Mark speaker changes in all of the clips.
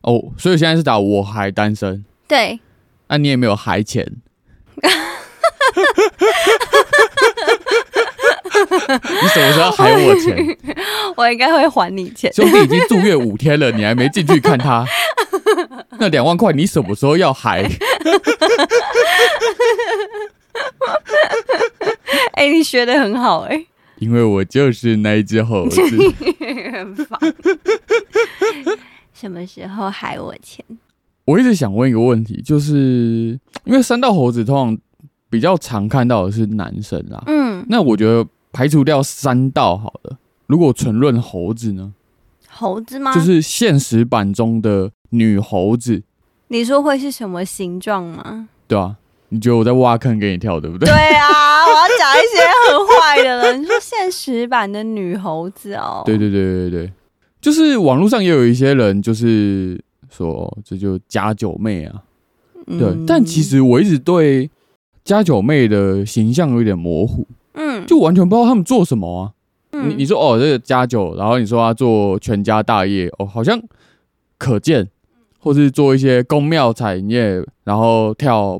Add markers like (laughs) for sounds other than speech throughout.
Speaker 1: 哦，所以现在是打我还单身，
Speaker 2: 对，
Speaker 1: 那、你也没有还钱，你什么时候还我钱？
Speaker 2: 我应该会还你钱。
Speaker 1: 兄弟已经住院五天了，你还没进去看他，那两万块你什么时候要还？
Speaker 2: (laughs) 哎、你学的很好哎、
Speaker 1: 因为我就是那一只猴子。
Speaker 2: (laughs) 很烦。什么时候还我钱？
Speaker 1: 我一直想问一个问题，就是因为三道猴子通常比较常看到的是男生啦，
Speaker 2: 嗯，
Speaker 1: 那我觉得排除掉三道好了，如果纯论猴子呢，
Speaker 2: 猴子吗？
Speaker 1: 就是现实版中的女猴子，
Speaker 2: 你说会是什么形状吗？
Speaker 1: 对吧、你觉得我在挖坑给你跳，对不对？
Speaker 2: 对啊，我要讲一些很坏的 (laughs) 了。你说现实版的女猴子哦？
Speaker 1: 对对对对对，就是网络上也有一些人就是说这就假九妹啊，
Speaker 2: 嗯
Speaker 1: 对，但其，实我一直对假九妹的形象有点模糊，
Speaker 2: 嗯，
Speaker 1: 就完全不知道他们做什么啊。你
Speaker 2: 嗯
Speaker 1: 你说哦，这个家酒，然后你说他做全家大业，哦，好像可见，或是做一些宫庙产业，然后跳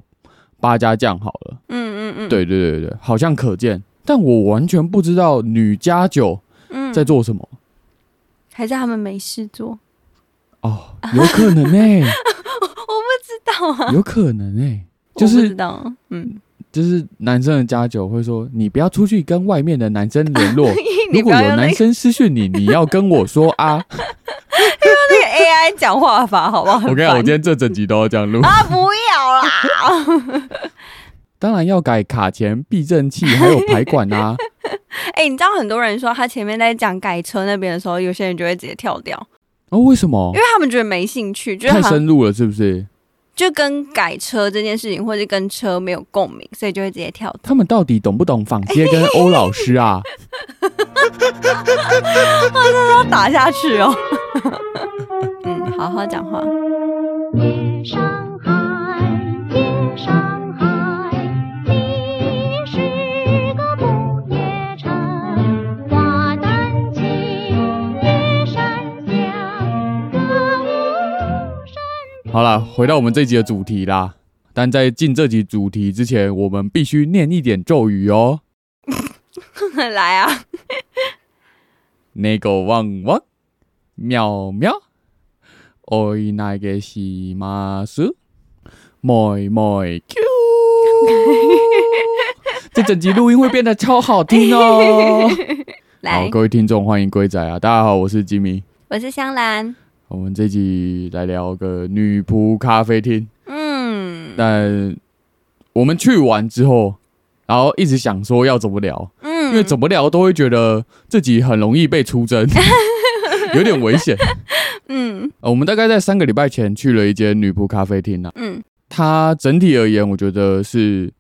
Speaker 1: 八家将好了。
Speaker 2: 嗯嗯嗯，
Speaker 1: 对对对对，好像可见，但我完全不知道女家酒
Speaker 2: 嗯，
Speaker 1: 在做什么。
Speaker 2: 还是他们没事做？
Speaker 1: 哦，有可能呢、
Speaker 2: (laughs) 我不知道啊，
Speaker 1: 有可能呢、就
Speaker 2: 我不知
Speaker 1: 是
Speaker 2: 道，嗯，
Speaker 1: 就是男生的家酒会说，你不要出去跟外面的男生联
Speaker 2: (laughs)
Speaker 1: 络。
Speaker 2: 你
Speaker 1: 如
Speaker 2: 不
Speaker 1: 果
Speaker 2: 要
Speaker 1: 有
Speaker 2: 用那
Speaker 1: 男
Speaker 2: 个
Speaker 1: 生私讯你，你要跟我说
Speaker 2: (laughs)
Speaker 1: 啊！
Speaker 2: 那个 AI 讲话法，好不
Speaker 1: (laughs)
Speaker 2: 好？
Speaker 1: 我跟你讲，我今天这整集都要这样录。
Speaker 2: 啊，不要啦！
Speaker 1: 当然要改卡钳、避震器，还有排管啊。
Speaker 2: 哎、你知道很多人说他前面在讲改车那边的时候，有些人就会直接跳掉，
Speaker 1: 哦，为什么
Speaker 2: 因？为他们觉得没兴趣，就是
Speaker 1: 太
Speaker 2: 好像
Speaker 1: 深入了，是不是？
Speaker 2: 就跟改车这件事情，或者跟车没有共鸣，所以就会直接跳掉。
Speaker 1: 他们到底懂不懂
Speaker 2: (laughs)
Speaker 1: 仿街跟欧老师啊？
Speaker 2: 要打下去哦。 (laughs) 嗯，好好讲话。 (laughs)
Speaker 3: 夜上海，夜上海，你是个不夜城。花灯起，夜山响，歌舞升。
Speaker 1: 好啦，回到我们这集的主题啦。但在进这集主题之前，我们必须念一点咒语哦。
Speaker 2: 来啊，
Speaker 1: 那个旺旺，喵喵，おいなげします。moi moi q。这整集录音会变得超好听哦。好，
Speaker 2: 来，
Speaker 1: 各位听众，欢迎归仔啊！大家好，我是吉米。
Speaker 2: 我是香兰。
Speaker 1: 我们这集来聊个女仆咖啡厅。
Speaker 2: 嗯
Speaker 1: 但我们去完之后，然后一直想说要怎么聊，
Speaker 2: 嗯，
Speaker 1: 因为怎么聊都会觉得自己很容易被出
Speaker 2: (laughs)
Speaker 1: 征，有点危险。
Speaker 2: 嗯
Speaker 1: 呃我们大概在三个礼拜前去了一间女仆咖啡厅啊，
Speaker 2: 嗯
Speaker 1: 它整体而言，我觉得是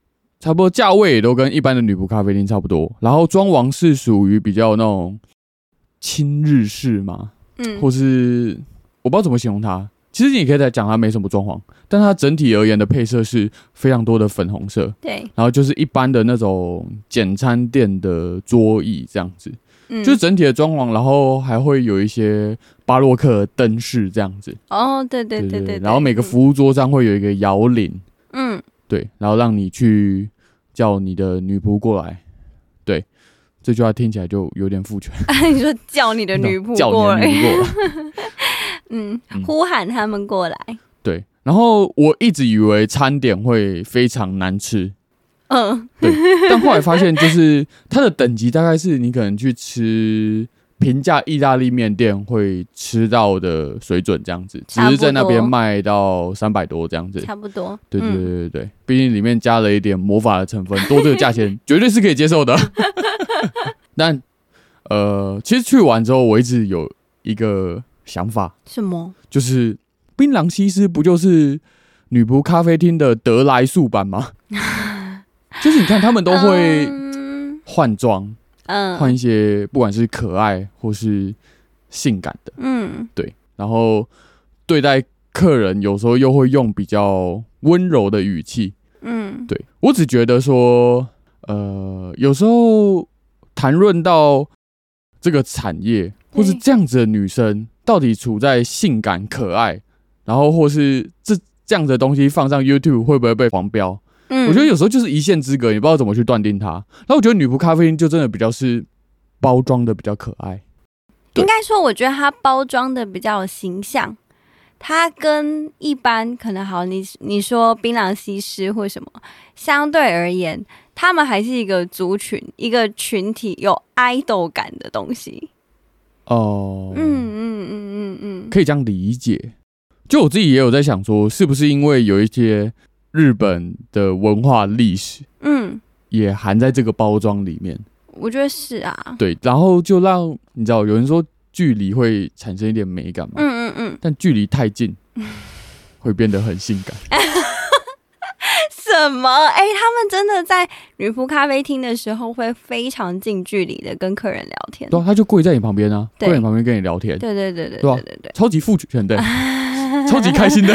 Speaker 1: 差不多价位也都跟一般的女仆咖啡厅差不多，然后装潢是属于比较那种亲日式嘛，
Speaker 2: 嗯
Speaker 1: 或是我不知道怎么形容它。其实你可以在讲它没什么装潢，但它整体而言的配色是非常多的粉红色，
Speaker 2: 对，
Speaker 1: 然后就是一般的那种简餐店的桌椅这样子，
Speaker 2: 嗯，
Speaker 1: 就是整体的装潢，然后还会有一些巴洛克灯饰这样子，
Speaker 2: 哦，对对对对，
Speaker 1: 然后每个服务桌上会有一个摇铃，
Speaker 2: 嗯， (laughs) 嗯，
Speaker 1: 对，然后让你去叫你的女仆过来，对，这句话听起来就有点父权，
Speaker 2: 你说叫你的女仆
Speaker 1: 叫
Speaker 2: 过
Speaker 1: 你的
Speaker 2: 来，
Speaker 1: 女仆过来。
Speaker 2: (laughs) 嗯
Speaker 1: 嗯，
Speaker 2: 呼喊他们过来，
Speaker 1: 对，然后我一直以为餐点会非常难吃，
Speaker 2: 嗯 (laughs)
Speaker 1: 但后来发现就是它的等级大概是你可能去吃平价意大利面店会吃到的水准这样子，只
Speaker 2: 差不
Speaker 1: 是在那边
Speaker 2: 多
Speaker 1: 卖到三百多这样子。
Speaker 2: 差不多，
Speaker 1: 对对对
Speaker 2: 嗯
Speaker 1: 对对，毕竟里面加了一点魔法的成分，多这个价钱绝对是可以接
Speaker 2: (laughs)
Speaker 1: 受的。但呃，其实去完之后，我一直有一个想法，
Speaker 2: 什么？
Speaker 1: 就是槟榔西施不就是女仆咖啡厅的德莱素版吗？
Speaker 2: (laughs)
Speaker 1: 就是你看他们都会
Speaker 2: 嗯
Speaker 1: 换装，换
Speaker 2: 嗯
Speaker 1: 一些不管是可爱或是性感的，
Speaker 2: 嗯
Speaker 1: 对，然后对待客人有时候又会用比较温柔的语气。
Speaker 2: 嗯，
Speaker 1: 对我只觉得说，呃，有时候谈论到这个产业或是
Speaker 2: 对
Speaker 1: 这样子的女生，到底处在性感可爱然后或是这这样子的东西放上 YouTube 会不会被黄标？
Speaker 2: 嗯
Speaker 1: 我觉得有时候就是一线之隔，你不知道怎么去断定它。然后我觉得女仆咖啡因就真的比较是包装的比较可爱，对
Speaker 2: 应该说，我觉得它包装的比较有形象。它跟一般可能好，你你说槟榔西施或什么，相对而言，他们还是一个族群、一个群体有爱豆感的东西。
Speaker 1: 哦、
Speaker 2: 嗯嗯嗯嗯嗯，
Speaker 1: 可以这样理解。就我自己也有在想说，是不是因为有一些日本的文化历史
Speaker 2: 嗯，
Speaker 1: 也含在这个包装里面，
Speaker 2: 我觉得是啊。
Speaker 1: 对，然后就让你知道，有人说距离会产生一点美感嘛，
Speaker 2: 嗯嗯嗯，
Speaker 1: 但距离太近会变得很性
Speaker 2: (laughs)
Speaker 1: 感。
Speaker 2: 什么？哎、他们真的在女仆咖啡厅的时候会非常近距离的跟客人聊天。
Speaker 1: 对、啊，他就跪在你旁边啊，跪
Speaker 2: 对
Speaker 1: 在你旁边跟你聊天，
Speaker 2: 对对对对
Speaker 1: 对啊
Speaker 2: 对对对。
Speaker 1: 超级父权
Speaker 2: (laughs)
Speaker 1: 的，超级开心的。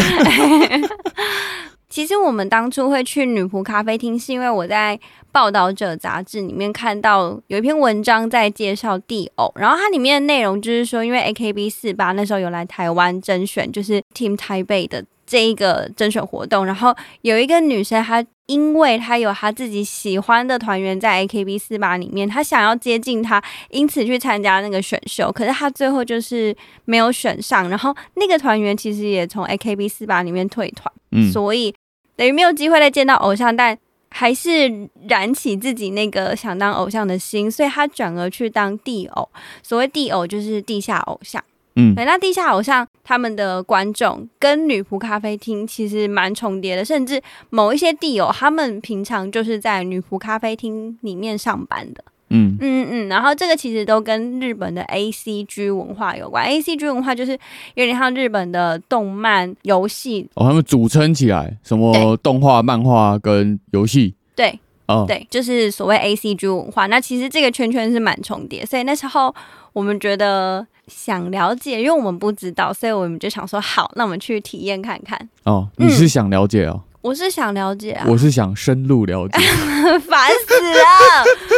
Speaker 2: 其实我们当初会去女仆咖啡厅，是因为我在《报道者》杂志里面看到有一篇文章在介绍地偶，然后它里面的内容就是说，因为 AKB 四八那时候有来台湾甄选，就是 Team 台北的这一个甄选活动，然后有一个女生她。因为她有她自己喜欢的团员在 AKB 四八里面，她想要接近他，因此去参加那个选秀。可是她最后就是没有选上，然后那个团员其实也从 AKB 四八里面退团。
Speaker 1: 嗯，
Speaker 2: 所以等于没有机会再见到偶像，但还是燃起自己那个想当偶像的心，所以他转而去当地偶。所谓地偶就是地下偶像。
Speaker 1: 嗯，
Speaker 2: 对，那地下偶像他们的观众跟女仆咖啡厅其实蛮重叠的，甚至某一些地友他们平常就是在女仆咖啡厅里面上班的。
Speaker 1: 嗯，
Speaker 2: 嗯嗯，然后这个其实都跟日本的 A C G 文化有关，A C G 文化就是有点像日本的动漫、游戏，
Speaker 1: 哦，他们组成起来，什么动画、漫画跟游戏
Speaker 2: 对，
Speaker 1: 啊，
Speaker 2: 对，就是所谓 A C G 文化。那其实这个圈圈是蛮重叠，所以那时候我们觉得想了解，因为我们不知道，所以我们就想说，好，那我们去体验看看。
Speaker 1: 哦，
Speaker 2: 嗯
Speaker 1: 你是想了解哦，
Speaker 2: 我是想了解啊，
Speaker 1: 我是想深入了解。
Speaker 2: 烦死了， (laughs)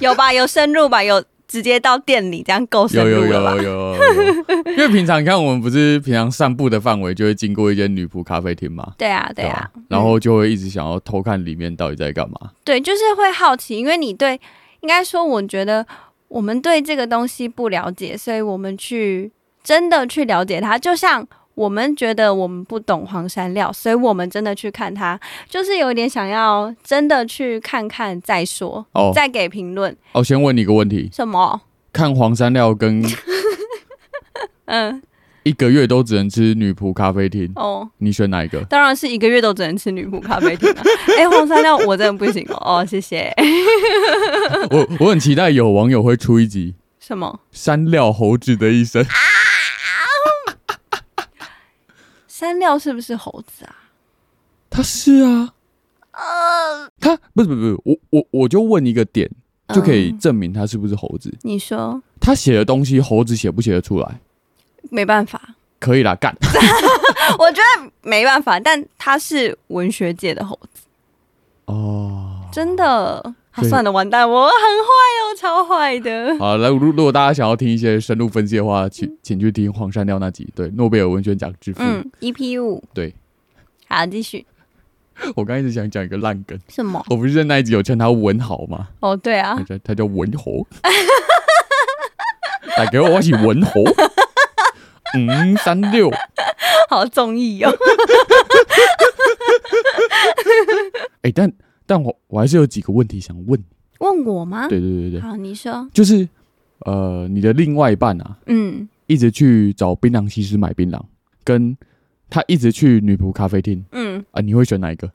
Speaker 2: 有吧？有深入吧？有直接到店里这样够 (laughs) 深
Speaker 1: 有有
Speaker 2: 入了吧？
Speaker 1: 有有有，因为平常你看我们不是平常散步的范围就会经过一间女仆咖啡厅嘛，
Speaker 2: 对啊，对啊
Speaker 1: 吧，然后就会一直想要偷看里面到底在干嘛。
Speaker 2: 对，就是会好奇，因为你对，应该说，我觉得我们对这个东西不了解，所以我们去真的去了解它。就像我们觉得我们不懂黄山料，所以我们真的去看它，就是有点想要真的去看看再说，
Speaker 1: 哦
Speaker 2: 再给评论。
Speaker 1: 哦，先问你一个问题，
Speaker 2: 什么？
Speaker 1: 看黄山料
Speaker 2: (laughs)
Speaker 1: 跟
Speaker 2: 嗯，
Speaker 1: 一个月都只能吃女仆咖啡厅，
Speaker 2: 哦，
Speaker 1: 你选哪一个？
Speaker 2: 当然是一个月都只能吃女仆咖啡厅了、 (laughs) 哎、黄山料我真的不行哦。哦，谢谢。 (laughs)
Speaker 1: 我我很期待有网友会出一集
Speaker 2: 什么？
Speaker 1: 山料猴子的一生，
Speaker 2: 山料是不是猴子啊？
Speaker 1: 他是啊，他不是不是不是，我我我就问一个点就可以
Speaker 2: 呃嗯
Speaker 1: 证明他是不是猴子。
Speaker 2: 你说
Speaker 1: 他写的东西猴子写不写得出来？
Speaker 2: 没办法。
Speaker 1: 可以啦，干。
Speaker 2: 我觉得没办法，但他是文学界的猴子，
Speaker 1: 哦，
Speaker 2: 真的。他
Speaker 1: 对
Speaker 2: 算了，完蛋，我很坏哦，超坏
Speaker 1: (laughs)
Speaker 2: 的。
Speaker 1: 好，来，如如果大家想要听一些深入分析的话，请请去听黄山料那集，对，诺贝尔文学奖之父。
Speaker 2: 嗯，EP 五，
Speaker 1: 对
Speaker 2: 好，继续。
Speaker 1: 我刚一直想讲一个烂梗，
Speaker 2: 什么？
Speaker 1: 我不是在那一集有称他文豪吗？
Speaker 2: 哦，对啊
Speaker 1: 他，叫他叫文猴，打给我，我是文
Speaker 2: (laughs)
Speaker 1: 猴。嗯，三六
Speaker 2: 好综艺哦。
Speaker 1: 哎，但但我我还是有几个问题想问。
Speaker 2: (laughs) 问我吗？
Speaker 1: 对对对对，
Speaker 2: 嗯好，你说。
Speaker 1: 就是呃，你的另外一半啊，
Speaker 2: 嗯，
Speaker 1: 一直去找槟榔西施买槟榔，跟他一直去女仆咖啡厅
Speaker 2: 嗯，
Speaker 1: 啊，你会选哪一个？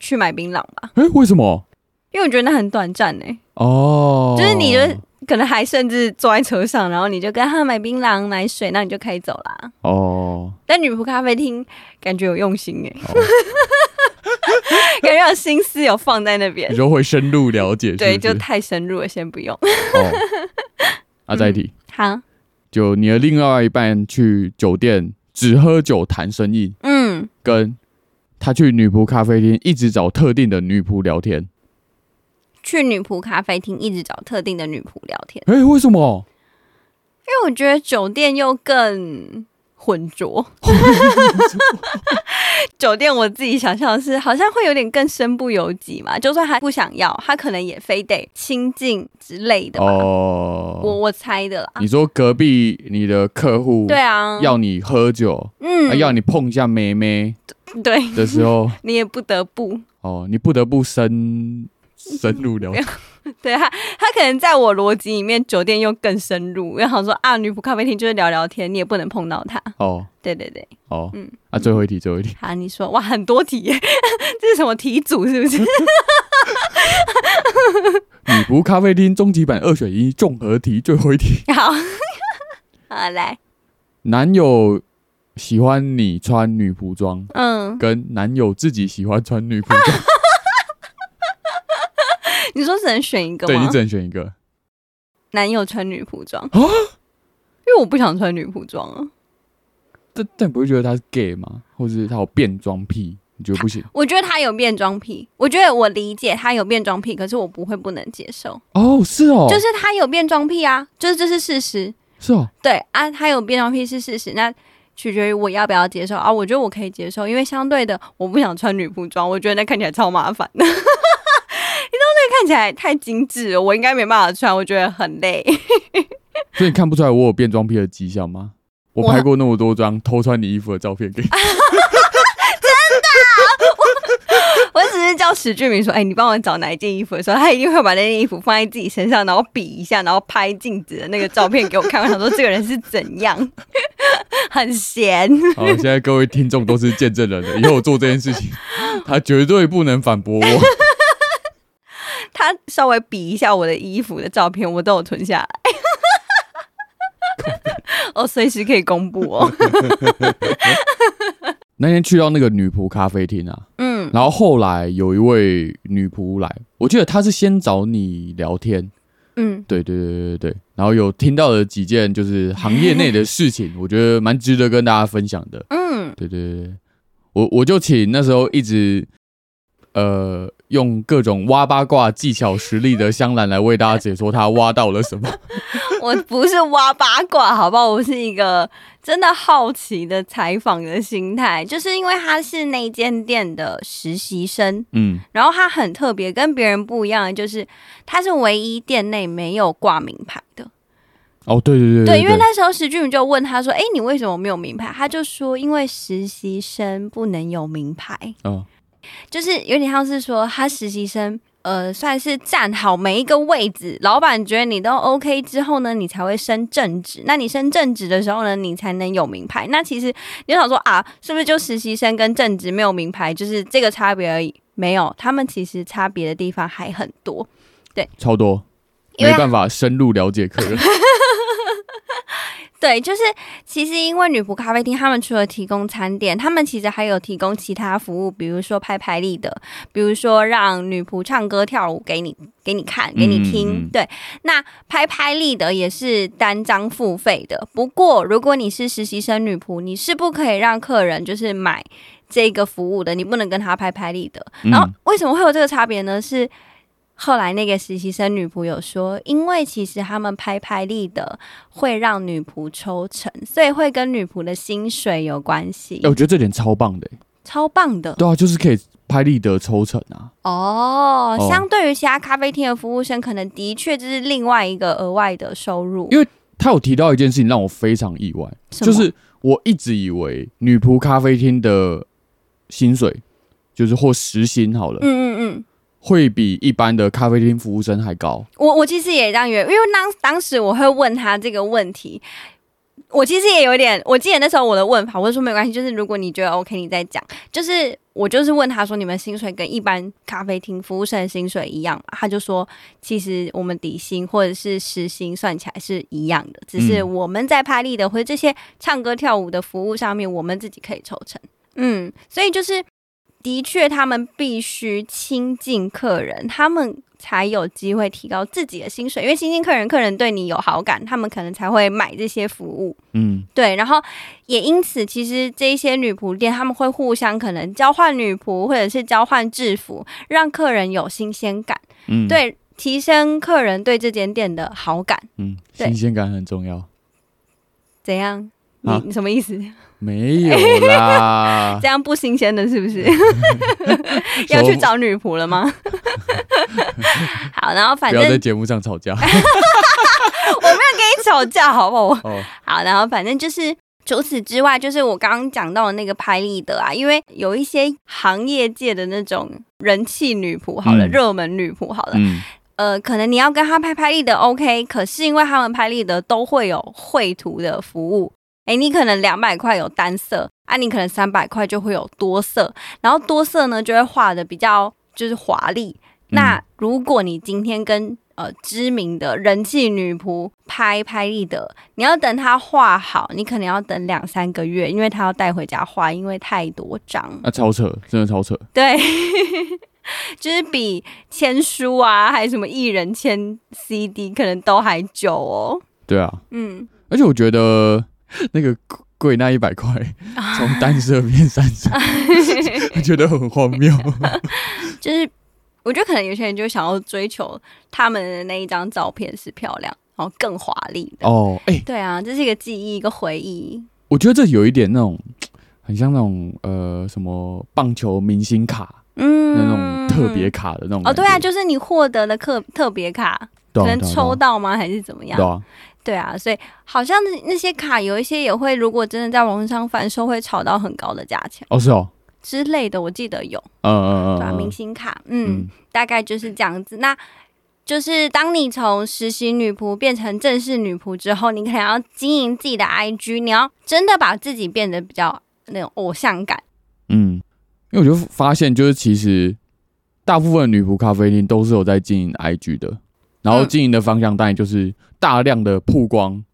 Speaker 2: 去买槟榔吧，
Speaker 1: 哎、为什么？
Speaker 2: 因为我觉得那很短暂呢、
Speaker 1: 哦，
Speaker 2: 就是你就是可能还甚至坐在车上，然后你就跟他买槟榔、买水，那你就可以走啦。 (laughs)
Speaker 1: 哦，
Speaker 2: 但女仆咖啡厅感觉有用心哎、
Speaker 1: 哦
Speaker 2: (laughs) 感觉有心思有放在那边
Speaker 1: 哦你。就会深入了解是不是，
Speaker 2: 对，就太深入了，先不用。
Speaker 1: 哦。啊，再一
Speaker 2: 嗯
Speaker 1: 题，
Speaker 2: 好，
Speaker 1: 就你的另外一半去酒店只喝酒谈生意，
Speaker 2: 嗯，
Speaker 1: 跟他去女仆咖啡厅一直找特定的女仆聊天，
Speaker 2: 去女仆咖啡厅一直找特定的女仆聊天，
Speaker 1: 哎、为什么？
Speaker 2: 因为我觉得酒店又更浑浊。 (laughs) 酒店我自己想象的是，好像会有点更身不由己嘛。就算他不想要，他可能也非得亲近之类的吧。我
Speaker 1: 哦，
Speaker 2: 我猜的啦。
Speaker 1: 你说隔壁你的客户
Speaker 2: 对啊，
Speaker 1: 要你喝酒，
Speaker 2: 嗯，
Speaker 1: 啊要你碰一下妹妹
Speaker 2: 对
Speaker 1: 的时
Speaker 2: (laughs)
Speaker 1: 候，
Speaker 2: 你也不得不
Speaker 1: 哦，你不得不
Speaker 2: (laughs)
Speaker 1: 深深入了解。
Speaker 2: 对他，他可能在我逻辑里面，酒店又更深入。然后说啊，女仆咖啡厅就是聊聊天，你也不能碰到他。
Speaker 1: 哦
Speaker 2: 对对对，
Speaker 1: 哦，
Speaker 2: 啊嗯
Speaker 1: 啊，最后一题，最后一题，
Speaker 2: 好，你说哇，很多题 (laughs) 耶，这是什么题组
Speaker 1: (laughs)
Speaker 2: 是不是？
Speaker 1: 女仆咖啡厅终极版二选一综合题，最后一题，
Speaker 2: 好，好来，
Speaker 1: 男友喜欢你穿女仆装，
Speaker 2: 嗯，
Speaker 1: 跟男友自己喜欢穿女仆
Speaker 2: (laughs)
Speaker 1: 装，
Speaker 2: 你说只能选一个
Speaker 1: 对
Speaker 2: 吗？
Speaker 1: 你只能选一个。
Speaker 2: 男友穿女仆装
Speaker 1: 啊
Speaker 2: 因为我不想穿女仆装啊。
Speaker 1: 但但你不会觉得他是 gay 吗？或者是他有变装癖？你觉得不行？
Speaker 2: 我觉得他有变装癖，我觉得我理解他有变装癖，可是我不会不能接受，
Speaker 1: 哦，是哦，
Speaker 2: 就是他有变装癖啊，就是这是事实。
Speaker 1: 是哦，
Speaker 2: 对啊，他有变装癖是事实，那取决于我要不要接受啊。我觉得我可以接受，因为相对的，我不想穿女仆装，我觉得那看起来超麻烦的。你知 (laughs) 道那个看起来太精致了，我应该没办法穿，我觉得很累。 (laughs)
Speaker 1: 所以你看不出来我有变装癖的迹象吗？我
Speaker 2: 我
Speaker 1: 拍过那么多张偷穿你衣服的照片给你，
Speaker 2: 我只是叫史俊明说：“哎、你帮我找哪一件衣服的时候，他一定会把那件衣服放在自己身上，然后比一下，然后拍镜子的那个照片给我看。我想说这个人是怎样， (laughs) 很闲。
Speaker 1: 好，现在各位听众都是见证人了，以后我做这件事情，他绝对不能反驳我。
Speaker 2: (laughs) 他稍微比一下我的衣服的照片，我都有存下来。我随时可以公布哦。 (laughs)
Speaker 1: 那天去到那个女仆咖啡厅啊，
Speaker 2: 嗯，
Speaker 1: 然后后来有一位女仆来，我记得她是先找你聊天，
Speaker 2: 嗯，
Speaker 1: 对对对对对对，然后有听到了几件就是行业内的事情，我觉得蛮值得跟大家分享的。
Speaker 2: 嗯，
Speaker 1: 对对对对，我我就请那时候一直呃用各种挖八卦技巧实力的香兰来为大家解说她挖到了什 (laughs) 么。
Speaker 2: 我不是挖八卦，好不好？我是一个真的好奇的采访的心态，就是因为他是那一间店的实习生，
Speaker 1: 嗯，
Speaker 2: 然后他很特别，跟别人不一样的就是，他是唯一店内没有挂名牌的。
Speaker 1: 哦对对对
Speaker 2: 对，
Speaker 1: 对，
Speaker 2: 因为那时候石俊宇就问他说：“哎，你为什么没有名牌？”他就说：“因为实习生不能有名牌，
Speaker 1: 嗯
Speaker 2: 就是有点像是说他实习生。”呃，算是站好每一个位置，老板觉得你都 OK 之后呢，你才会升正职。那你升正职的时候呢，你才能有名牌。那其实你就想说啊，是不是就实习生跟正职没有名牌，就是这个差别而已？没有，他们其实差别的地方还很多。
Speaker 1: 超多，哎
Speaker 2: 因
Speaker 1: 没
Speaker 2: 为
Speaker 1: 办法深入了解客
Speaker 2: (laughs)
Speaker 1: 人。
Speaker 2: 对，就是其实因为女仆咖啡厅，他们除了提供餐点，他们其实还有提供其他服务，比如说拍拍立得，比如说让女仆唱歌跳舞给你给你看给你听。
Speaker 1: 嗯嗯
Speaker 2: 对，那拍拍立得也是单张付费的，不过如果你是实习生女仆，你是不可以让客人就是买这个服务的，你不能跟他拍拍立得。然后
Speaker 1: 嗯，
Speaker 2: 为什么会有这个差别呢？是后来那个实习生女仆有说，因为其实他们拍拍立的会让女仆抽成，所以会跟女仆的薪水有关系，
Speaker 1: 哎，我觉得这点超棒的，
Speaker 2: 超棒的
Speaker 1: 对啊，就是可以拍立得抽成啊。
Speaker 2: 哦
Speaker 1: 哦。
Speaker 2: 相对于其他咖啡厅的服务生，可能的确这是另外一个额外的收入
Speaker 1: 因为。他有提到一件事情让我非常意外，
Speaker 2: 什
Speaker 1: 就
Speaker 2: 么
Speaker 1: 是我一直以为女仆咖啡厅的薪水，就是或时薪好了，
Speaker 2: 嗯嗯嗯，
Speaker 1: 会比一般的咖啡厅服务生还高。
Speaker 2: 我我其实也当原，因为当当时我会问他这个问题。我其实也有点，我记得那时候我的问法，我就说没关系，就是如果你觉得 OK，你再讲。就是我就是问他说，你们薪水跟一般咖啡厅服务生的薪水一样吗？他就说，其实我们底薪或者是时薪算起来是一样的，只是
Speaker 1: 嗯
Speaker 2: 我们在拍立得或者这些唱歌跳舞的服务上面，我们自己可以抽成。嗯，所以就是的确，他们必须亲近客人，他们才有机会提高自己的薪水。因为亲近客人，客人对你有好感，他们可能才会买这些服务。
Speaker 1: 嗯，
Speaker 2: 对，然后也因此，其实这一些女仆店他们会互相可能交换女仆，或者是交换制服，让客人有新鲜感，
Speaker 1: 嗯，，
Speaker 2: 对，提升客人对这间店的好感。
Speaker 1: 嗯，
Speaker 2: 对
Speaker 1: 新鲜感很重要。
Speaker 2: 怎样？
Speaker 1: 啊
Speaker 2: 你什么意
Speaker 1: (laughs)
Speaker 2: 思？
Speaker 1: 没有啦 (laughs)
Speaker 2: (laughs) 这，样不新鲜的是不是？要去找女仆
Speaker 1: (laughs)
Speaker 2: 了吗？好，然后反
Speaker 1: 不
Speaker 2: 正
Speaker 1: 要
Speaker 2: 我没有
Speaker 1: 在
Speaker 2: 跟
Speaker 1: 节目上吵
Speaker 2: (laughs)
Speaker 1: 架
Speaker 2: 你 (laughs) 吵架，好不好？我
Speaker 1: 哦。
Speaker 2: 好，然后反正就是除此之外，就是我刚刚讲到的那个拍立得啊，因为有一些行业界的那种人气女仆好了，
Speaker 1: 嗯
Speaker 2: 热门女仆好了，
Speaker 1: 嗯，
Speaker 2: 呃，可能你要跟他拍拍立得 OK，可是因为他们拍立得都会有绘图的服务，诶，你可能两百块有单色，啊，你可能三百块就会有多色，然后多色呢就会画的比较就是华丽。那如果你今天跟呃知名的人气女仆拍拍立得，你要等她画好，你可能要等两三个月，因为她要带回家画，因为太多张。
Speaker 1: 那、超扯，真的超扯。
Speaker 2: 对， (laughs) 就是比签书啊，还有什么艺人签 CD，可能都还久哦。
Speaker 1: 对啊，
Speaker 2: 嗯，
Speaker 1: 而且我觉得那个贵贵那一百
Speaker 2: (laughs)
Speaker 1: 块，从单色变三色，我觉得很荒
Speaker 2: (laughs)
Speaker 1: 谬。
Speaker 2: 就是我觉得可能有些人就想要追求他们的那一张照片是漂亮，然后更华丽的。
Speaker 1: 哦，哎、
Speaker 2: 对啊，这是一个记忆，一个回忆。
Speaker 1: 我觉得这有一点那种，很像那种呃什么棒球明星卡、
Speaker 2: 嗯，
Speaker 1: 那种特别卡的那种
Speaker 2: 哦，
Speaker 1: 感觉。
Speaker 2: 对啊，就是你获得的特特别卡，
Speaker 1: 对啊
Speaker 2: 可能
Speaker 1: 对啊
Speaker 2: 抽到吗，还是怎么
Speaker 1: 对啊？
Speaker 2: 样
Speaker 1: 对啊，
Speaker 2: 对啊，所以好像那那些卡有一些也会，如果真的在网络上贩售，会炒到很高的价钱
Speaker 1: 哦是哦，
Speaker 2: 之类的，我记得有。
Speaker 1: 嗯嗯嗯
Speaker 2: 对啊，
Speaker 1: 嗯，
Speaker 2: 明
Speaker 1: 嗯
Speaker 2: 星卡，嗯，
Speaker 1: 嗯
Speaker 2: 大概就是这样子。那就是当你从实习女仆变成正式女仆之后，你可能要经营自己的 IG，你要真的把自己变得比较那种偶像感。
Speaker 1: 嗯，因为我就发现，就是其实大部分的女仆咖啡厅都是有在经营 IG 的，然后
Speaker 2: 嗯
Speaker 1: 经营的方向当然就是大量的曝光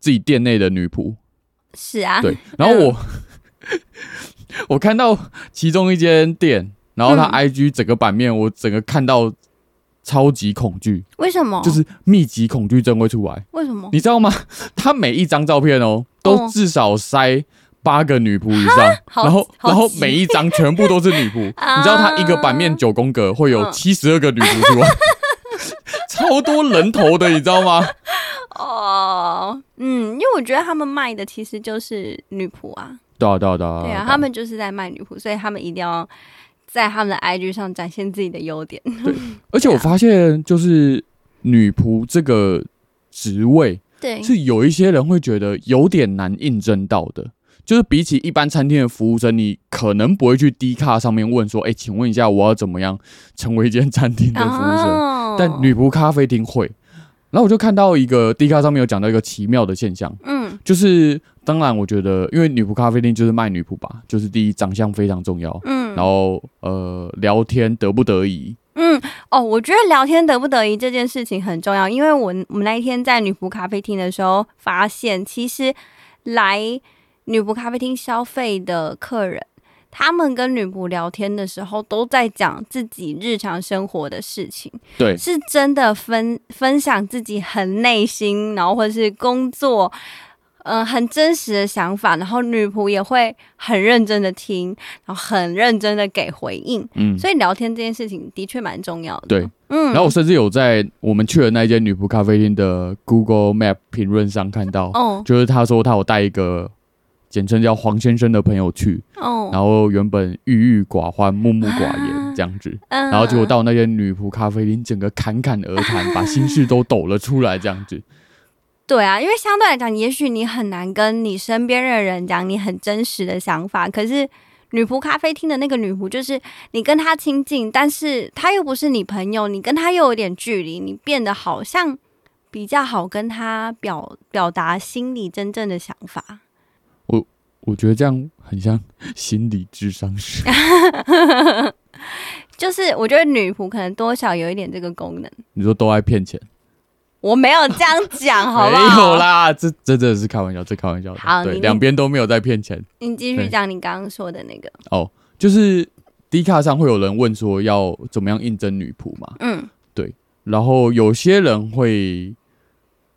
Speaker 1: 自己店内的女仆，
Speaker 2: 是啊，嗯
Speaker 1: 对，然后我、 (laughs) 我看到其中一间店，然后它
Speaker 2: 嗯
Speaker 1: IG 整个版面，我整个看到超级恐惧，
Speaker 2: 为什么？
Speaker 1: 就是密集恐惧症会出来，
Speaker 2: 为什么？
Speaker 1: 你知道吗？ (laughs) 它每一张照片哦，都
Speaker 2: 哦
Speaker 1: 至少塞。八个女仆以上，
Speaker 2: 好
Speaker 1: 然后
Speaker 2: 好啊
Speaker 1: 然后
Speaker 2: 急
Speaker 1: 每一张全部都是女
Speaker 2: (laughs)
Speaker 1: 仆，你知道它一个版面九宫格会有
Speaker 2: 嗯
Speaker 1: 七十二个女仆
Speaker 2: (laughs)
Speaker 1: 出来，超多人头的，你知道吗？
Speaker 2: 哦，嗯，因为我觉得他们卖的其实就是女仆啊，
Speaker 1: 对啊对啊对啊，
Speaker 2: 对啊，他们就是在卖女仆，所以他们一定要在他们的 IG 上展现自己的优点。
Speaker 1: 而且我发现，就是女仆这个职位，
Speaker 2: 对，
Speaker 1: 是有一些人会觉得有点难应征到的。就是比起一般餐厅的服务生，你可能不会去 D 卡上面问说：“哎、请问一下，我要怎么样成为一间餐厅的服务生？”
Speaker 2: 哦
Speaker 1: 但女，仆咖啡厅会。然后我就看到一个 D 卡上面有讲到一个奇妙的现象，
Speaker 2: 嗯
Speaker 1: 就是当然我觉得，因为女仆咖啡厅就是卖女仆吧，就是第一长相非常重要，
Speaker 2: 嗯，
Speaker 1: 然后呃聊天得不得已，
Speaker 2: 嗯，哦，我觉得聊天得不得已这件事情很重要，因为我我们那一天在女仆咖啡厅的时候，发现其实来女仆咖啡厅消费的客人，他们跟女仆聊天的时候，都在讲自己日常生活的事情，
Speaker 1: 对，
Speaker 2: 是真的分分享自己很内心，然后或者是工作，呃，很真实的想法，然后女仆也会很认真的听，然后很认真的给回应。
Speaker 1: 嗯，
Speaker 2: 所以聊天这件事情的确蛮重要的。
Speaker 1: 对，
Speaker 2: 嗯，
Speaker 1: 然后我甚至有在我们去的那间女仆咖啡厅的 Google Map 评论上看到，
Speaker 2: 哦
Speaker 1: 就是他说他有带一个简称叫黄先生的朋友去，
Speaker 2: 哦，
Speaker 1: 然后原本郁郁寡欢、默默寡
Speaker 2: 啊
Speaker 1: 言这样子，
Speaker 2: 然
Speaker 1: 然后结果到那间女仆咖啡厅，整个侃侃而谈，把心事都抖了出来这样子。
Speaker 2: 对啊，因为相对来讲，也许你很难跟你身边的人讲你很真实的想法，可是。女仆咖啡厅的那个女仆，就是你跟她亲近，但是她又不是你朋友，你跟她又有点距离，你变得好像比较好跟她表表达心里真正的想法。 (laughs)
Speaker 1: 我觉得这样很像心理智商师。
Speaker 2: 就是我觉得女仆可能多少有一点这个功能，
Speaker 1: 你说都爱骗钱？
Speaker 2: 我没有这样讲， (laughs) 好不好？
Speaker 1: 没有啦，这这真的是开玩笑，这开玩笑的。
Speaker 2: 好
Speaker 1: 对，
Speaker 2: 你
Speaker 1: 两边都没有在骗钱。
Speaker 2: 你继续讲你刚刚说的那个，
Speaker 1: 哦，就是低卡上会有人问说要怎么样应征女仆嘛，
Speaker 2: 嗯
Speaker 1: 然后有些人会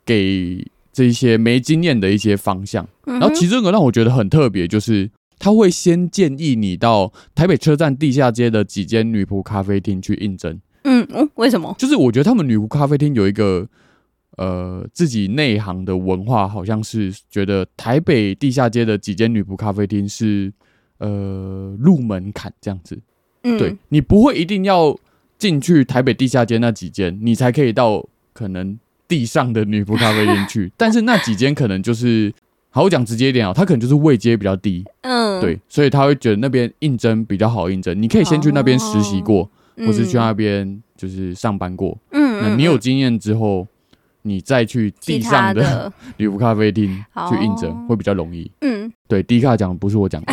Speaker 1: 给这些没经验的一些方向，
Speaker 2: 嗯哼，
Speaker 1: 然后其中一个让我觉得很特别，就是他会先建议你到台北车站地下街的几间女仆咖啡厅去应征，
Speaker 2: 嗯，哦，为什么？
Speaker 1: 就是我觉得他们女仆咖啡厅有一个呃自己内行的文化，好像是觉得台北地下街的几间女仆咖啡厅是呃入门槛这样子。
Speaker 2: 嗯，
Speaker 1: 对你不会一定要进去台北地下街那几间，你才可以到可能地上的女仆咖啡厅
Speaker 2: (laughs)
Speaker 1: 去。但是那几间可能就是，好我讲直接一点啊，它可能就是位阶比较低，
Speaker 2: 嗯，
Speaker 1: 对，所以他会觉得那边应征比较好应征。你可以先去那边实习过，
Speaker 2: 嗯，
Speaker 1: 或是去那边就是上班过。
Speaker 2: 嗯，嗯，
Speaker 1: 那
Speaker 2: 嗯
Speaker 1: 你有经验之后，你再去地
Speaker 2: 其他
Speaker 1: 上的
Speaker 2: 的，
Speaker 1: (laughs) 女仆咖啡厅去应
Speaker 2: 哦
Speaker 1: 征，会比较容易。
Speaker 2: 嗯，
Speaker 1: 对，低卡讲的不是我讲的，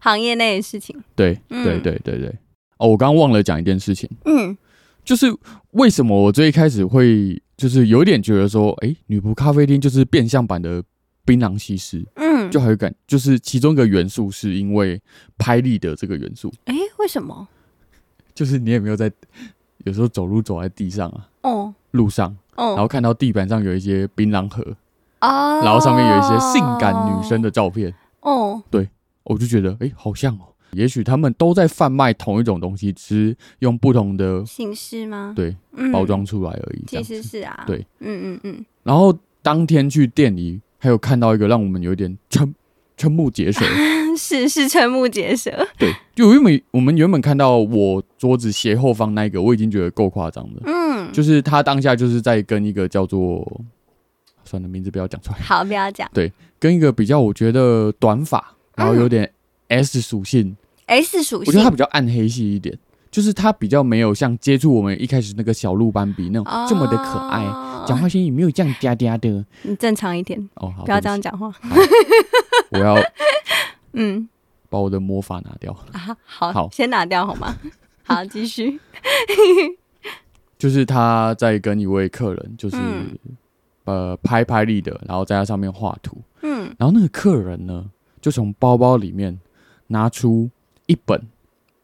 Speaker 2: 行业内的事情，
Speaker 1: 对，
Speaker 2: 嗯
Speaker 1: 对，对，对，对。哦，我刚刚忘了讲一件事情。
Speaker 2: 嗯
Speaker 1: 就是为什么我最一开始会就是有点觉得说，诶，女仆咖啡厅就是变相版的槟榔西施，
Speaker 2: 嗯，
Speaker 1: 就还有感，就是其中一个元素是因为拍立得这个元素，
Speaker 2: 哎，为什么？
Speaker 1: 就是你也没有在有时候走路走在地上啊，
Speaker 2: 哦
Speaker 1: 路上，然
Speaker 2: 哦
Speaker 1: 后看到地板上有一些槟榔盒，
Speaker 2: 哦，
Speaker 1: 然后上面有一些性感女生的照片，
Speaker 2: 哦，
Speaker 1: 我就觉得，诶，好像哦，也许他们都在贩卖同一种东西，只是用不同的
Speaker 2: 形式吗？
Speaker 1: 对
Speaker 2: 嗯，
Speaker 1: 包装出来而已。这
Speaker 2: 其
Speaker 1: 样
Speaker 2: 实是啊，
Speaker 1: 对，
Speaker 2: 嗯嗯嗯，
Speaker 1: 然后当天去店里，还有看到一个让我们有点 (laughs) 瞠瞠目结
Speaker 2: (laughs)
Speaker 1: 舌。
Speaker 2: 嗯是是瞠目结舌，
Speaker 1: (laughs) 对，就原本我们原本看到我桌子斜后方那一个，我已经觉得够夸张了。
Speaker 2: 嗯，
Speaker 1: 就是他当下就是在跟一个叫做，算了，名字不要讲出来， (laughs)
Speaker 2: 好，不要讲
Speaker 1: 跟一个比较我觉得短发，然后有
Speaker 2: 嗯
Speaker 1: 点 S 属性，
Speaker 2: S 属
Speaker 1: 我觉得他
Speaker 2: 性
Speaker 1: 比较暗黑系一点。就是他比较没有像接触我们一开始那个小鹿斑比那种这么的可爱，
Speaker 2: 哦
Speaker 1: 讲话声音也没有这样嗲嗲的。
Speaker 2: 你正常一点，
Speaker 1: 哦，好，
Speaker 2: 不要这
Speaker 1: 对
Speaker 2: 样
Speaker 1: 不起，
Speaker 2: 讲话，
Speaker 1: 我要
Speaker 2: 嗯，
Speaker 1: 把我的魔法拿掉。
Speaker 2: (laughs) 啊，好，
Speaker 1: 好
Speaker 2: 先拿掉好
Speaker 1: (laughs)
Speaker 2: 吗？好，继续，
Speaker 1: 就是他在跟一位客人，就是、
Speaker 2: 嗯
Speaker 1: 呃拍拍立得，然后在他上面画图，
Speaker 2: 嗯，
Speaker 1: 然后那个客人呢，就从包包里面拿出一本，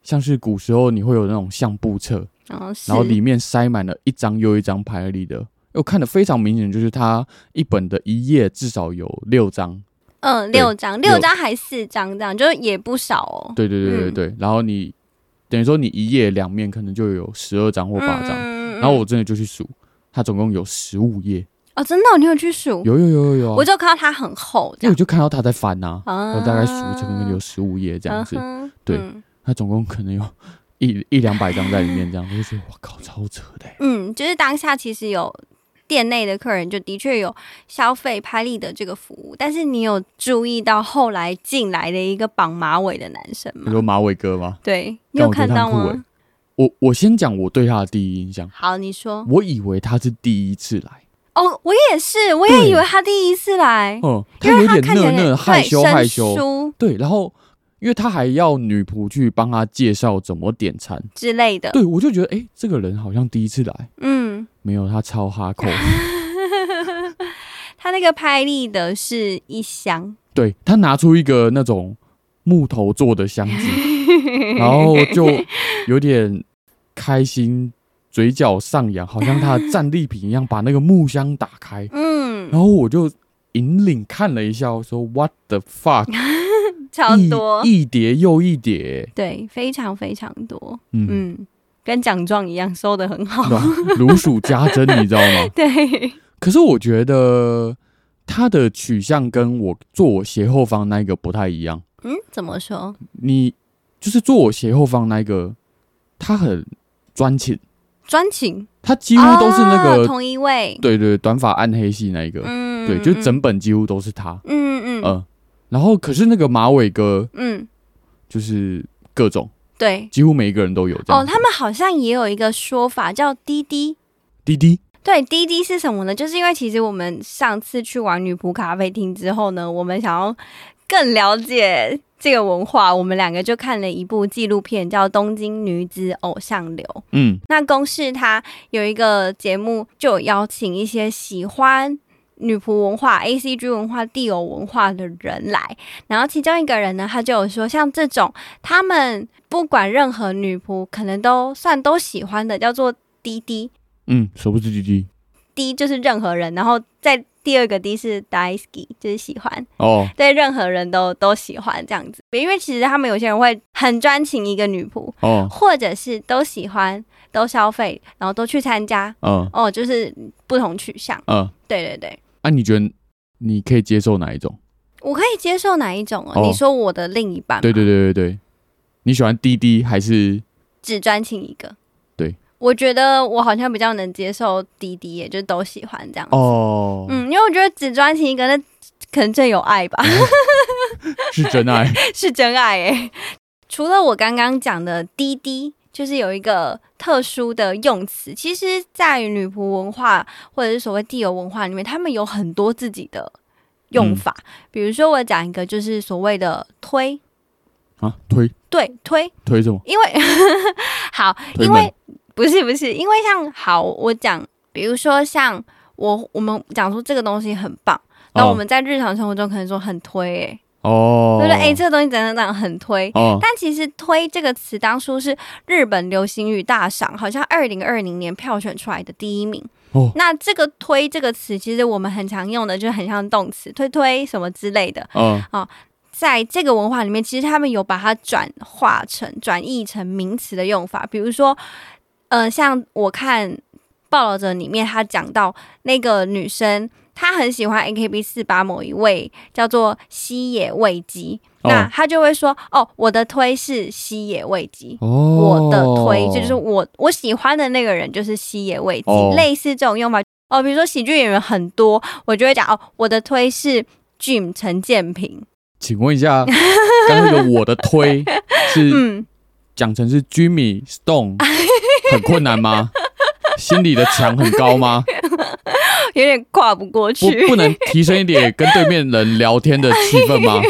Speaker 1: 像是古时候你会有那种相簿册，
Speaker 2: 然后是
Speaker 1: 然后里面塞满了一张又一张拍立得。哎我看的非常明显，就是他一本的一页至少有六张，
Speaker 2: 嗯，
Speaker 1: 对
Speaker 2: 六张，
Speaker 1: 六
Speaker 2: 六张还四张这样，就是也不少哦。
Speaker 1: 对对对对
Speaker 2: 嗯
Speaker 1: 对，然后你等于说你一页两面可能就有十二张或八张，
Speaker 2: 嗯
Speaker 1: 然后我真的就去数，他总共有十五页，
Speaker 2: 哦，真的哦、你有去数？
Speaker 1: 有有有有有啊，
Speaker 2: 我就看到它很厚
Speaker 1: 因为我
Speaker 2: 这样，
Speaker 1: 就看到他在翻呐、
Speaker 2: 啊
Speaker 1: 我大概数成可能有十五页这样子，
Speaker 2: 嗯哼
Speaker 1: 对
Speaker 2: 嗯
Speaker 1: 他总共可能有一一两百张在里面这样子，我就觉得哇靠，超扯的欸、
Speaker 2: 嗯，就是当下其实有店内的客人就的确有消费拍立得这个服务，但是你有注意到后来进来的一个绑马尾的男生
Speaker 1: 你
Speaker 2: 吗？
Speaker 1: 说马尾哥吗？
Speaker 2: 对，你
Speaker 1: 但
Speaker 2: 有
Speaker 1: 我觉
Speaker 2: 看
Speaker 1: 得他
Speaker 2: 到
Speaker 1: 很酷欸
Speaker 2: 吗？
Speaker 1: 我我先讲我对他的第一印象，
Speaker 2: 好，你说
Speaker 1: 我以为他是第一次来，
Speaker 2: 哦，我也是，我也
Speaker 1: 对
Speaker 2: 以为他第一次来，
Speaker 1: 嗯，
Speaker 2: 因为
Speaker 1: 有
Speaker 2: 他
Speaker 1: 点
Speaker 2: 看起
Speaker 1: 讷
Speaker 2: 来
Speaker 1: 讷，
Speaker 2: 对
Speaker 1: 害羞
Speaker 2: 生
Speaker 1: 害羞，
Speaker 2: 疏
Speaker 1: 对，然后因为他还要女仆去帮他介绍怎么点餐，
Speaker 2: 之类的。
Speaker 1: 对我就觉得哎、诶这个人好像第一次来，
Speaker 2: 嗯， (laughs)
Speaker 1: 没有他超哈扣，
Speaker 2: 他那个拍立得是一箱，
Speaker 1: 对他拿出一个那种木头做的箱子，然后就有点开心，嘴角上扬，好像他的战利品一样，把那个木箱打开，
Speaker 2: 嗯，
Speaker 1: 然后我就引领看了一下，我说 What the fuck，
Speaker 2: 超
Speaker 1: 一
Speaker 2: 多，
Speaker 1: 一叠又一叠，
Speaker 2: 对，非常非常多，
Speaker 1: 嗯，
Speaker 2: 嗯，跟奖状一样，收的很好，
Speaker 1: 如数家珍，你知道
Speaker 2: (laughs)
Speaker 1: 吗？
Speaker 2: 对，
Speaker 1: 可是我觉得他的取向跟我坐我斜后方那一个不太一样。
Speaker 2: 嗯，怎么说？
Speaker 1: 你就是坐我斜后方那一个，他很专情，
Speaker 2: 专情
Speaker 1: 他几乎都是那
Speaker 2: 啊
Speaker 1: 个，
Speaker 2: 同一位，
Speaker 1: 对对，短发暗黑系那一个，
Speaker 2: 嗯，
Speaker 1: 对，
Speaker 2: 嗯
Speaker 1: 就，整本几乎都是他，
Speaker 2: 嗯嗯
Speaker 1: 嗯、
Speaker 2: 嗯
Speaker 1: 然后可是那个马尾哥
Speaker 2: 嗯，
Speaker 1: 就是各种，
Speaker 2: 对，
Speaker 1: 几乎每一个人都有这样。
Speaker 2: 哦，他们好像也有一个说法叫滴滴。
Speaker 1: 滴滴，
Speaker 2: 对滴滴是什么呢？就是因为其实我们上次去玩女仆咖啡厅之后呢，我们想要更了解这个文化，我们两个就看了一部纪录片，叫《东京女子偶像流》。
Speaker 1: 嗯
Speaker 2: 那公视它有一个节目，就有邀请一些喜欢女仆文化、A C G 文化、地偶文化的人来。然后其中一个人呢，他就有说，像这种他们不管任何女仆，可能都算都喜欢的，叫做滴滴。
Speaker 1: 嗯，手不是滴滴
Speaker 2: 滴就是任何人，然后再第二个滴是 daisy，就是喜欢。
Speaker 1: 哦，
Speaker 2: 对任何人都都喜欢这样子，因为其实他们有些人会很专情一个女仆，
Speaker 1: 哦
Speaker 2: 或者是都喜欢，都消费，然后都去参加，
Speaker 1: 嗯
Speaker 2: 哦，就是不同取向。
Speaker 1: 嗯，
Speaker 2: 对对对，
Speaker 1: 啊，你觉得你可以接受哪一种？
Speaker 2: 我可以接受哪一种哦？
Speaker 1: 哦
Speaker 2: 你说我的另一半吗，
Speaker 1: 对对对对对，你喜欢滴滴还是
Speaker 2: 只专情一个。
Speaker 1: 对，
Speaker 2: 我觉得我好像比较能接受滴滴耶，就都喜欢这样。
Speaker 1: 哦？
Speaker 2: 嗯，因为我觉得只专情一个，那可能最有
Speaker 1: (laughs)
Speaker 2: 爱吧，
Speaker 1: 是真
Speaker 2: (laughs)
Speaker 1: 爱
Speaker 2: 是真爱耶。除了我刚刚讲的滴滴，就是有一个特殊的用词，其实，在女仆文化或者是所谓地游文化里面，他们有很多自己的
Speaker 1: 嗯
Speaker 2: 用法。比如说，我讲一个，就是所谓的推，
Speaker 1: 啊？推
Speaker 2: 对推，
Speaker 1: 推什么？
Speaker 2: 因为好，
Speaker 1: 推
Speaker 2: 因
Speaker 1: 门
Speaker 2: 为不是不是，因为像好，我讲，比如说像我我们讲说这个东西很棒，那我们在日常生活中可能说很推、欸，
Speaker 1: 哦，
Speaker 2: 哎、就是哎、这个东西怎样怎样很推。
Speaker 1: 哦，
Speaker 2: 但其实“推”这个词当初是日本流行语大赏，好像二零二零年票选出来的第一名。
Speaker 1: 哦
Speaker 2: 那这个“推”这个词，其实我们很常用的，就很像动词“推推”什么之类的。
Speaker 1: 嗯
Speaker 2: 在这个文化里面，其实他们有把它转化成、转译成名词的用法。比如说，呃，像我看《报道者》里面，他讲到那个女生，她很喜欢 AKB 四八某一位叫做西野未姬，
Speaker 1: 哦
Speaker 2: 那她就会说：“哦，我的推是西野未姬。”
Speaker 1: 哦，
Speaker 2: 我的推，这就是我我喜欢的那个人就是西野未姬，
Speaker 1: 哦
Speaker 2: 类似这种用法哦。比如说喜剧演员很多，我就会讲哦，我的推是 Jim 陈建平， (laughs)
Speaker 1: 请问一下，刚刚那个我的推是
Speaker 2: 嗯，
Speaker 1: 讲成是 Jimmy
Speaker 2: (laughs)
Speaker 1: Stone，很困难吗？心里的墙很高
Speaker 2: (laughs)
Speaker 1: 吗？
Speaker 2: 有点跨不过去
Speaker 1: 不。不能提升一点跟对面人聊天的气氛
Speaker 2: (laughs)
Speaker 1: 吗？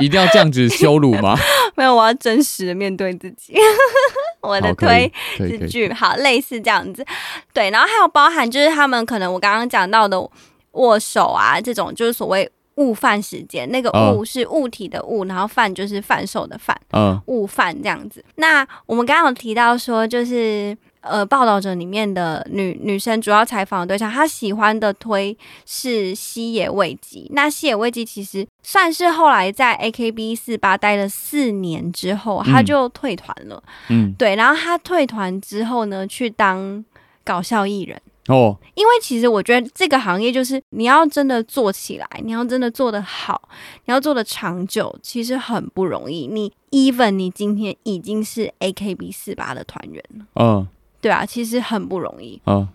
Speaker 1: 一定要这样子羞辱吗？
Speaker 2: 没有，我要真实的面对自己。 (laughs) 我的
Speaker 1: 好可以
Speaker 2: 推
Speaker 1: 可以可
Speaker 2: 是
Speaker 1: 以，
Speaker 2: 剧，好，类似这样子。对，然后还有包含就是他们可能我刚刚讲到的握手啊，这种就是所谓午饭时间，那个
Speaker 1: 哦
Speaker 2: 物是物体的物，然后饭就是贩售的贩。
Speaker 1: 嗯
Speaker 2: 误犯这样子。那我们刚刚有提到说，就是呃，报道者里面的女女生主要采访的对象，她喜欢的推是西野未姬。那西野未姬其实算是后来在 AKB 四八待了四年之后，
Speaker 1: 嗯
Speaker 2: 她就退团了。
Speaker 1: 嗯
Speaker 2: 对，然后她退团之后呢，去当搞笑艺人。
Speaker 1: 哦
Speaker 2: 因为其实我觉得这个行业就是你要真的做起来，你要真的做得好，你要做得长久，其实很不容易。你 even 你今天已经是 AKB 四八的团员了，
Speaker 1: 嗯
Speaker 2: 对啊，其实很不容易，
Speaker 1: 嗯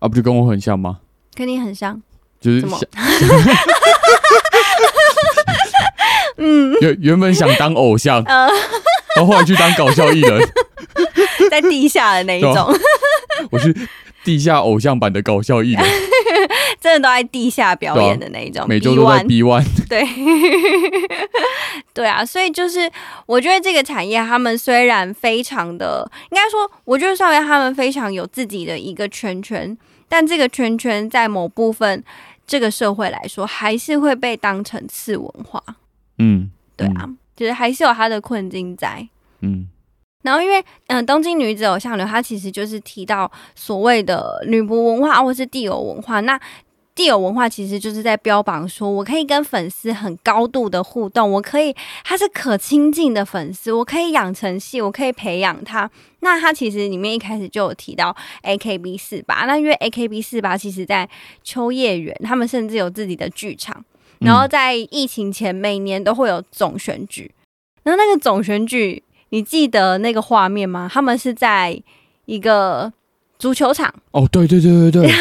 Speaker 1: 啊，不就跟我很像吗？
Speaker 2: 跟你
Speaker 1: (laughs)
Speaker 2: 很像。
Speaker 1: 就是
Speaker 2: 怎
Speaker 1: 想
Speaker 2: 么， (laughs)
Speaker 1: 原原本想当偶像，
Speaker 2: 嗯呃，
Speaker 1: 然后后来去当搞笑艺人，
Speaker 2: (laughs) 在地下的那一
Speaker 1: 对啊
Speaker 2: 种，
Speaker 1: 我是地下偶像版的搞笑艺人，
Speaker 2: (laughs) 真的都在地下表演的那一种，
Speaker 1: 啊每周都在
Speaker 2: B1
Speaker 1: B one，
Speaker 2: 对， (laughs) 对啊，所以就是我觉得这个产业，他们虽然非常的，应该说，我觉得稍微他们非常有自己的一个圈圈，但这个圈圈在某部分这个社会来说，还是会被当成次文化，
Speaker 1: 嗯，
Speaker 2: 对啊，就是还是有它的困境在。
Speaker 1: 嗯，
Speaker 2: 然后，因为嗯、呃东京女子偶像流，它其实就是提到所谓的女仆文化或是地友文化。那地友文化其实就是在标榜说，我可以跟粉丝很高度的互动，我可以他是可亲近的粉丝，我可以养成系，我可以培养他。那他其实里面一开始就有提到 AKB 四八，那因为 AKB 四八其实在秋叶原，他们甚至有自己的剧场，
Speaker 1: 嗯
Speaker 2: 然后在疫情前每年都会有总选举，然后那个总选举你记得那个画面吗？他们是在一个足球场，
Speaker 1: 哦，对对对对
Speaker 2: (laughs)
Speaker 1: 对，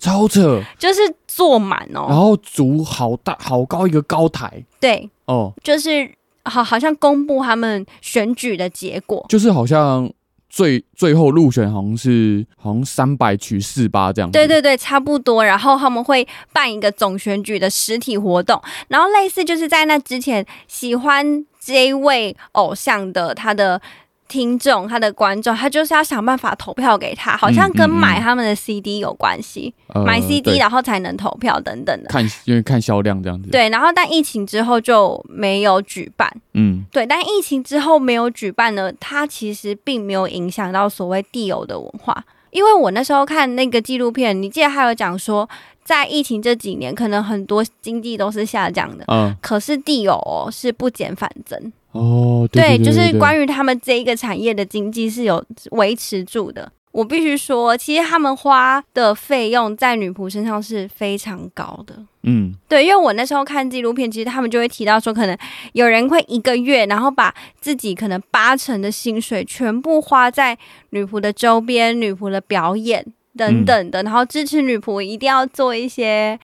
Speaker 1: 超扯，
Speaker 2: 就是坐满
Speaker 1: 然
Speaker 2: 哦，
Speaker 1: 后组好大好高一个高台，
Speaker 2: 对，
Speaker 1: 哦，
Speaker 2: 就是好好像公布他们选举的结果，
Speaker 1: 就是好像最最后入选好像是好像三百取四八这样子，
Speaker 2: 对对对，差不多。然后他们会办一个总选举的实体活动，然后类似就是在那之前，喜欢这一位偶像的他的听众、他的观众，他就是要想办法投票给他，好像
Speaker 1: 嗯
Speaker 2: 跟
Speaker 1: 嗯
Speaker 2: 买
Speaker 1: 嗯
Speaker 2: 他们的 CD 有关系，
Speaker 1: 呃，
Speaker 2: 买 CD
Speaker 1: 对
Speaker 2: 然后才能投票等等的。
Speaker 1: 看因为看销量这样子，，
Speaker 2: 对，然后但疫情之后就没有举办。
Speaker 1: 嗯，
Speaker 2: 对，但疫情之后没有举办呢，它其实并没有影响到所谓地友的文化。因为我那时候看那个纪录片，你记得还有讲说，在疫情这几年，可能很多经济都是下降的，
Speaker 1: 嗯，
Speaker 2: 可是地友、哦、是不减反增。
Speaker 1: 哦，对
Speaker 2: 对，就是关
Speaker 1: 于
Speaker 2: 于他们这一个产业的经济是有维持住的。我必须说，其实他们花的费用在女仆身上是非常高的。
Speaker 1: 嗯，
Speaker 2: 对，因为我那时候看纪录片，其实他们就会提到说，可能有人会一个月，然后把自己可能八成的薪水全部花在女仆的周边、女仆的表演等等的，然后支持女仆一定要做一些，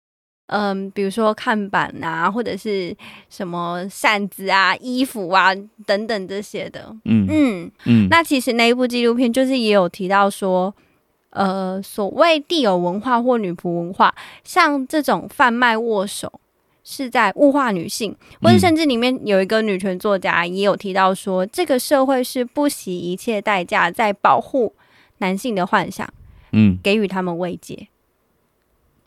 Speaker 2: 嗯，比如说看板啊，或者是什么扇子啊、衣服啊等等这些的。
Speaker 1: 嗯嗯
Speaker 2: 嗯，
Speaker 1: 嗯，
Speaker 2: 那其实那一部纪录片就是也有提到说，呃，所谓地有文化或女仆文化，像这种贩卖握手是在物化女性，或者
Speaker 1: 嗯
Speaker 2: 甚至里面有一个女权作家也有提到说，这个社会是不惜一切代价在保护男性的幻想，
Speaker 1: 嗯，
Speaker 2: 给予他们慰藉。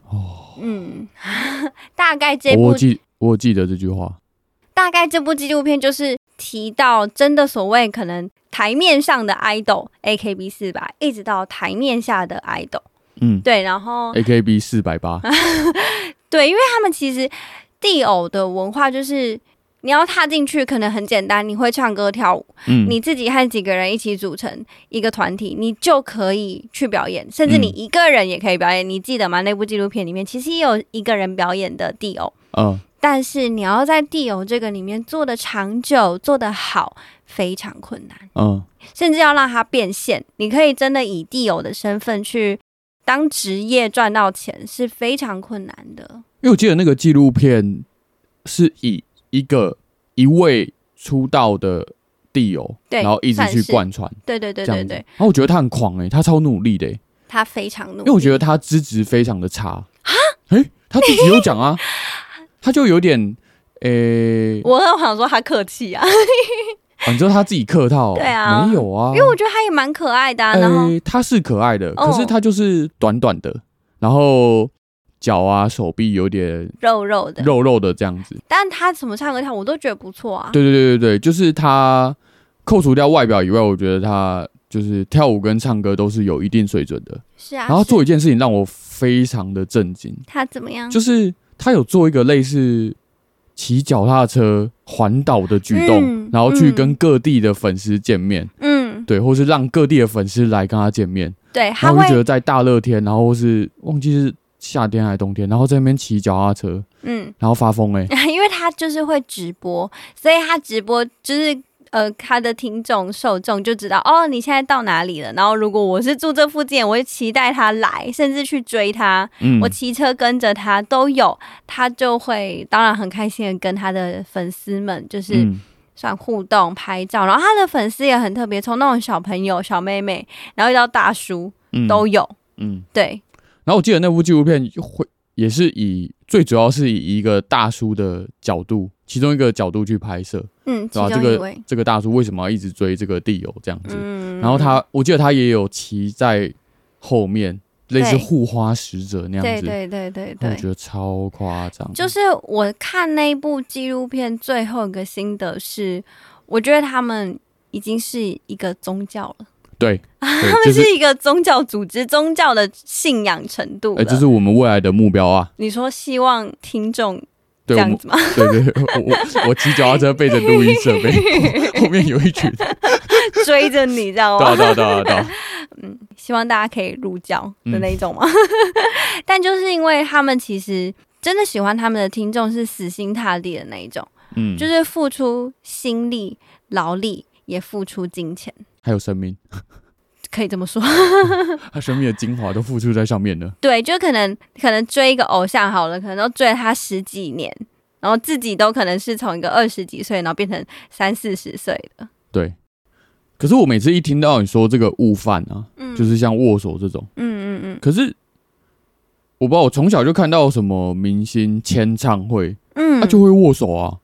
Speaker 1: 哦，
Speaker 2: 嗯， (laughs) 大概这部
Speaker 1: 我记我记得这句话，
Speaker 2: 大概这部纪录片就是提到真的所谓可能台面上的 idol AKB 四百，一直到台面下的 idol，
Speaker 1: 嗯
Speaker 2: 对，然后
Speaker 1: ，A K B 四百八，
Speaker 2: 啊对，因为他们其实地偶的文化就是。你要踏进去可能很简单，你会唱歌跳舞，
Speaker 1: 嗯，
Speaker 2: 你自己和几个人一起组成一个团体，你就可以去表演，甚至你
Speaker 1: 嗯
Speaker 2: 一个人也可以表演。你记得吗？那部纪录片里面其实也有一个人表演的地偶，
Speaker 1: 嗯
Speaker 2: 但是你要在地游这个里面做的长久、做得好，非常困难，
Speaker 1: 嗯
Speaker 2: 甚至要让它变现。你可以真的以地游的身份去当职业赚到钱，是非常困难的。
Speaker 1: 因为我记得那个纪录片是以一个一位出道的地友，
Speaker 2: 对
Speaker 1: 然后一直
Speaker 2: 算
Speaker 1: 去
Speaker 2: 是
Speaker 1: 贯穿
Speaker 2: 对对对
Speaker 1: 这样
Speaker 2: 对
Speaker 1: 子。
Speaker 2: 对，
Speaker 1: 然后我觉得他很狂诶、他超努力的、欸，
Speaker 2: 他非常努力。
Speaker 1: 因为我觉得他资质非常的差啊。诶、他自己有讲啊，他就有点诶、
Speaker 2: 我很想说他客气啊，
Speaker 1: 啊你知道他自己客套、
Speaker 2: 对啊
Speaker 1: 没有啊，
Speaker 2: 因为我觉得他也蛮可爱的、啊，然后、
Speaker 1: 诶他是可爱的，
Speaker 2: 哦
Speaker 1: 可是他就是短短的，然后脚啊手臂有点
Speaker 2: 肉肉的，
Speaker 1: 肉肉的这样子。
Speaker 2: 但他怎么唱歌跳舞我都觉得不错啊。
Speaker 1: 对对对对对，就是他扣除掉外表以外，我觉得他就是跳舞跟唱歌都是有一定水准的。
Speaker 2: 是啊，
Speaker 1: 然后
Speaker 2: 是
Speaker 1: 做一件事情让我非常的震惊，
Speaker 2: 他怎么样？
Speaker 1: 就是他有做一个类似骑脚踏车环岛的举动，
Speaker 2: 嗯
Speaker 1: 然后去
Speaker 2: 嗯
Speaker 1: 跟各地的粉丝见面，
Speaker 2: 嗯，
Speaker 1: 对，或是让各地的粉丝来跟他见面。
Speaker 2: 对，
Speaker 1: 然
Speaker 2: 他
Speaker 1: 后我
Speaker 2: 会
Speaker 1: 就觉得在大热天，然后或是忘记是夏天还是冬天，然后在那边骑脚踏车，
Speaker 2: 嗯。
Speaker 1: 然后发疯哎、欸
Speaker 2: (laughs) 因为他就是会直播，所以他直播就是呃，他的听众受众就知道哦，你现在到哪里了。然后如果我是住这附近，我会期待他来，甚至去追他，
Speaker 1: 嗯
Speaker 2: 我骑车跟着他都有，他就会当然很开心的跟他的粉丝们就是
Speaker 1: 嗯
Speaker 2: 算互动拍照。然后他的粉丝也很特别，从那种小朋友、小妹妹，然后一到大叔
Speaker 1: 嗯
Speaker 2: 都有。
Speaker 1: 嗯。
Speaker 2: 对，
Speaker 1: 然后我记得那部纪录片会也是以最主要是以一个大叔的角度，其中一个角度去拍摄，对
Speaker 2: 嗯，其
Speaker 1: 吧、这
Speaker 2: 中一
Speaker 1: 个
Speaker 2: 位，
Speaker 1: 这个大叔为什么要一直追这个地友这样子？
Speaker 2: 嗯，
Speaker 1: 然后他，我记得他也有骑在后面，类似
Speaker 2: 对
Speaker 1: 护花使者那样
Speaker 2: 对
Speaker 1: 子，
Speaker 2: 对对对
Speaker 1: 然后
Speaker 2: 对
Speaker 1: 我，觉得超夸张，
Speaker 2: 就是我看那一部纪录片最后一个心得是，我觉得他们已经是一个宗教了，
Speaker 1: 对，
Speaker 2: (laughs) 他
Speaker 1: 对
Speaker 2: 们
Speaker 1: 就是
Speaker 2: 是一个宗教组织，宗教的信仰程度
Speaker 1: 哎，
Speaker 2: 了。
Speaker 1: 这是我们未来的目标啊！
Speaker 2: 你说希望听众
Speaker 1: 对，
Speaker 2: 这
Speaker 1: 我
Speaker 2: 样
Speaker 1: 们
Speaker 2: 子吗？
Speaker 1: 对对，对 (laughs) 我我我骑脚踏车背着录音设备， (laughs) 后面有一群，对
Speaker 2: 追着你，知道
Speaker 1: 啊
Speaker 2: 吗？
Speaker 1: (laughs) 对啊对啊对
Speaker 2: (laughs)
Speaker 1: 啊，
Speaker 2: 希望大家可以入教
Speaker 1: 嗯
Speaker 2: 的那一种吗？ (laughs) 但就是因为他们其实真的喜欢他们的听众是死心塌地的那一种，
Speaker 1: 嗯，
Speaker 2: 就是付出心力、劳力，也付出金钱，
Speaker 1: 还有生命，
Speaker 2: 可以这么说。
Speaker 1: 他生命的精华都付出在上面了。
Speaker 2: 对，就可能可能追一个偶像好了，可能都追了他十几年，然后自己都可能是从一个二十几岁，然后变成三四十岁的，
Speaker 1: 对。可是我每次一听到你说这个悟饭啊，
Speaker 2: 嗯，
Speaker 1: 就是像握手这种，
Speaker 2: 嗯嗯嗯
Speaker 1: 可是我不知道，我从小就看到什么明星签唱会，
Speaker 2: 嗯，
Speaker 1: 他、就会握手啊，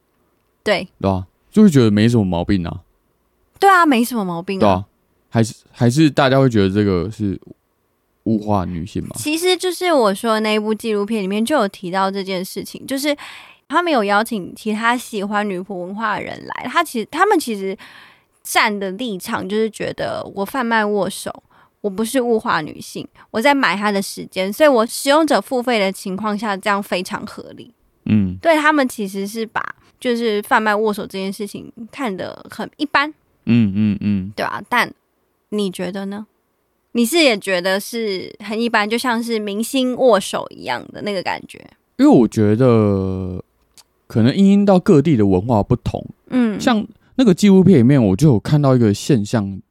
Speaker 2: 对
Speaker 1: 对吧、就会觉得没什么毛病啊，
Speaker 2: 对啊，没什么毛病
Speaker 1: 对吧、
Speaker 2: 啊。
Speaker 1: 还是还是大家会觉得这个是物化女性嘛？
Speaker 2: 其实就是我说的那一部纪录片里面就有提到这件事情，就是他们有邀请其他喜欢女仆文化的人来，他其实他们其实站的立场就是觉得我贩卖握手，我不是物化女性，我在买她的时间，所以我使用者付费的情况下，这样非常合理。
Speaker 1: 嗯
Speaker 2: 对他们其实是把就是贩卖握手这件事情看得很一般，
Speaker 1: 嗯嗯嗯，
Speaker 2: 对啊，但你觉得呢？你是也觉得是很一般，就像是明星握手一样的那个感觉？
Speaker 1: 因为我觉得可能因应到各地的文化不同，
Speaker 2: 嗯，
Speaker 1: 像那个纪录片里面，我就有看到一个现象，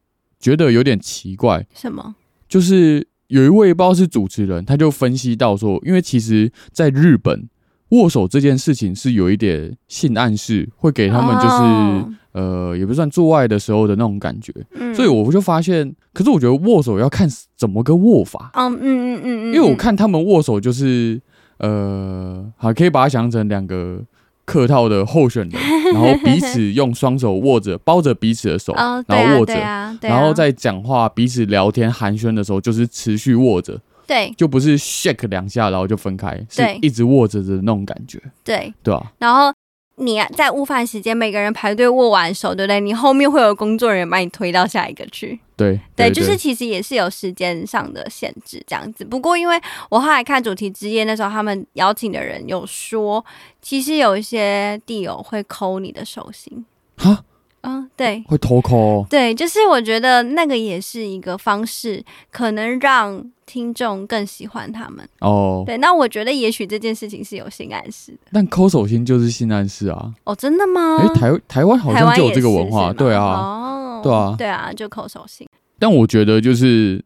Speaker 1: 觉得有点奇怪，
Speaker 2: 什么？
Speaker 1: 就是有一位不知道是主持人，他就分析到说，因为其实在日本握手这件事情是有一点性暗示，会给他们就是、
Speaker 2: 哦
Speaker 1: 呃，也不算做爱的时候的那种感觉，
Speaker 2: 就是
Speaker 1: 所以我就发现，可是我觉得握手要看怎么个握法，
Speaker 2: 嗯嗯嗯嗯
Speaker 1: 因
Speaker 2: 嗯，
Speaker 1: 为我看他们握手就是呃，好可以把它想成两个。客套的候选人，然后彼此用双手握着包着彼此的手，
Speaker 2: 哦，对
Speaker 1: 然后
Speaker 2: 啊
Speaker 1: 握着，
Speaker 2: 对啊，对啊
Speaker 1: 然后在讲话、彼此聊天、寒暄的时候，就是持续握着，
Speaker 2: 对
Speaker 1: 就不是 shake 两下然后就分开，是
Speaker 2: 对
Speaker 1: 一直握着的那种感觉，
Speaker 2: 对，
Speaker 1: 对吧、
Speaker 2: 然后你啊在午饭时间每个人排队握完手，对不对？你后面会有工作人员把你推到下一个去。
Speaker 1: 对
Speaker 2: 对，就是其实也是有时间上的限制这样子。不过因为我后来看主题之夜那时候，他们邀请的人有说，其实有一些地友会抠你的手心。
Speaker 1: 哈，
Speaker 2: 嗯，对
Speaker 1: 会脱抠、哦，
Speaker 2: 对，就是我觉得那个也是一个方式，可能让听众更喜欢他们。
Speaker 1: 哦，
Speaker 2: 对，那我觉得也许这件事情是有性暗示的。
Speaker 1: 但抠手心就是性暗示啊。
Speaker 2: 哦，真的吗？
Speaker 1: 哎、台台湾好
Speaker 2: 台
Speaker 1: 像
Speaker 2: 湾
Speaker 1: 就有
Speaker 2: 也
Speaker 1: 这个
Speaker 2: 是
Speaker 1: 文化，
Speaker 2: 是吗
Speaker 1: 对啊。
Speaker 2: 哦，
Speaker 1: 对啊
Speaker 2: 对啊，就口手心，
Speaker 1: 但我觉得就是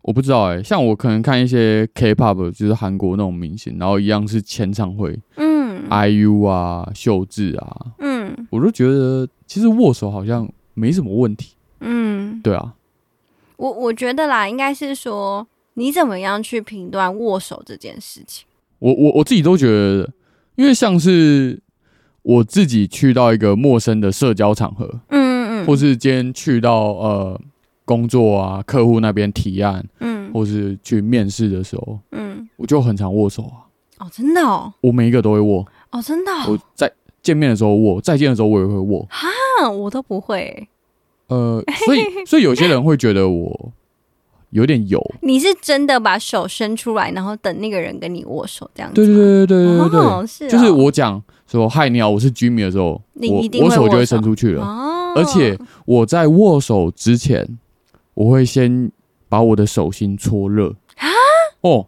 Speaker 1: 我不知道哎、像我可能看一些 K-pop，就是韩国那种明星，然后一样是签唱会、
Speaker 2: 嗯
Speaker 1: IU 啊、秀智啊，
Speaker 2: 嗯
Speaker 1: 我就觉得其实握手好像没什么问题，
Speaker 2: 嗯，
Speaker 1: 对啊。
Speaker 2: 我我觉得啦，应该是说你怎么样去评断握手这件事情，
Speaker 1: 我我我自己都觉得，因为像是我自己去到一个陌生的社交场合，
Speaker 2: 嗯嗯
Speaker 1: 或是今天去到呃工作啊客户那边提案，
Speaker 2: 嗯
Speaker 1: 或是去面试的时候，
Speaker 2: 嗯，
Speaker 1: 我就很常握手啊，
Speaker 2: 哦，真的哦，
Speaker 1: 我每一个都会握，
Speaker 2: 哦，真的哦，
Speaker 1: 我在见面的时候握，再见的时候我也会握，
Speaker 2: 哼我都不会，欸
Speaker 1: 呃，所
Speaker 2: (laughs)
Speaker 1: 以所以有些人会觉得我有点油，
Speaker 2: 你是真的把手伸出来，然后等那个人跟你握手这样子
Speaker 1: 对
Speaker 2: 吗，
Speaker 1: 对对对对对对，
Speaker 2: 哦，是哦，
Speaker 1: 就是我讲说嗨你好，我是 Jimmy 的时候，
Speaker 2: 你
Speaker 1: 我
Speaker 2: 一定
Speaker 1: 我
Speaker 2: 会
Speaker 1: 手
Speaker 2: 握
Speaker 1: 就会
Speaker 2: 手
Speaker 1: 伸出去了。
Speaker 2: 哦，
Speaker 1: 而且我在握手之前，我会先把我的手心搓热。
Speaker 2: 啊
Speaker 1: 哦，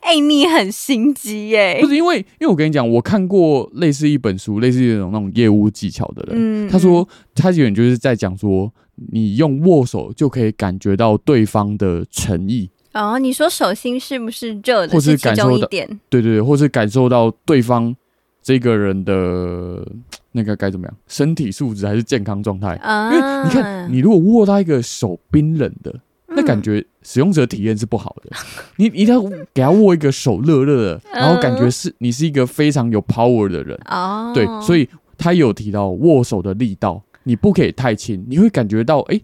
Speaker 2: 哎，你很心机耶
Speaker 1: 不，是因为，因为我跟你讲，我看过类似一本书，类似一种那种业务技巧的人，
Speaker 2: 嗯
Speaker 1: 他说他有点就是在讲说，你用握手就可以感觉到对方的诚意，
Speaker 2: 哦，你说手心是不是热的？
Speaker 1: 或是
Speaker 2: 是其
Speaker 1: 感
Speaker 2: 中
Speaker 1: 受
Speaker 2: 一
Speaker 1: 到
Speaker 2: 点，
Speaker 1: 对对对，或是感受到对方这个人的那个该怎么样，身体素质还是健康状态。因
Speaker 2: 啊
Speaker 1: 为你看，你如果握到一个手冰冷的，那感
Speaker 2: 嗯
Speaker 1: 觉使用者体验是不好的。你你一定要给他握一个手热热的，
Speaker 2: 嗯
Speaker 1: 然后感觉是你是一个非常有 power 的人。
Speaker 2: 哦，
Speaker 1: 对，所
Speaker 2: 以
Speaker 1: 以他有提到握手的力道，你不可以太轻，你会感觉到哎。诶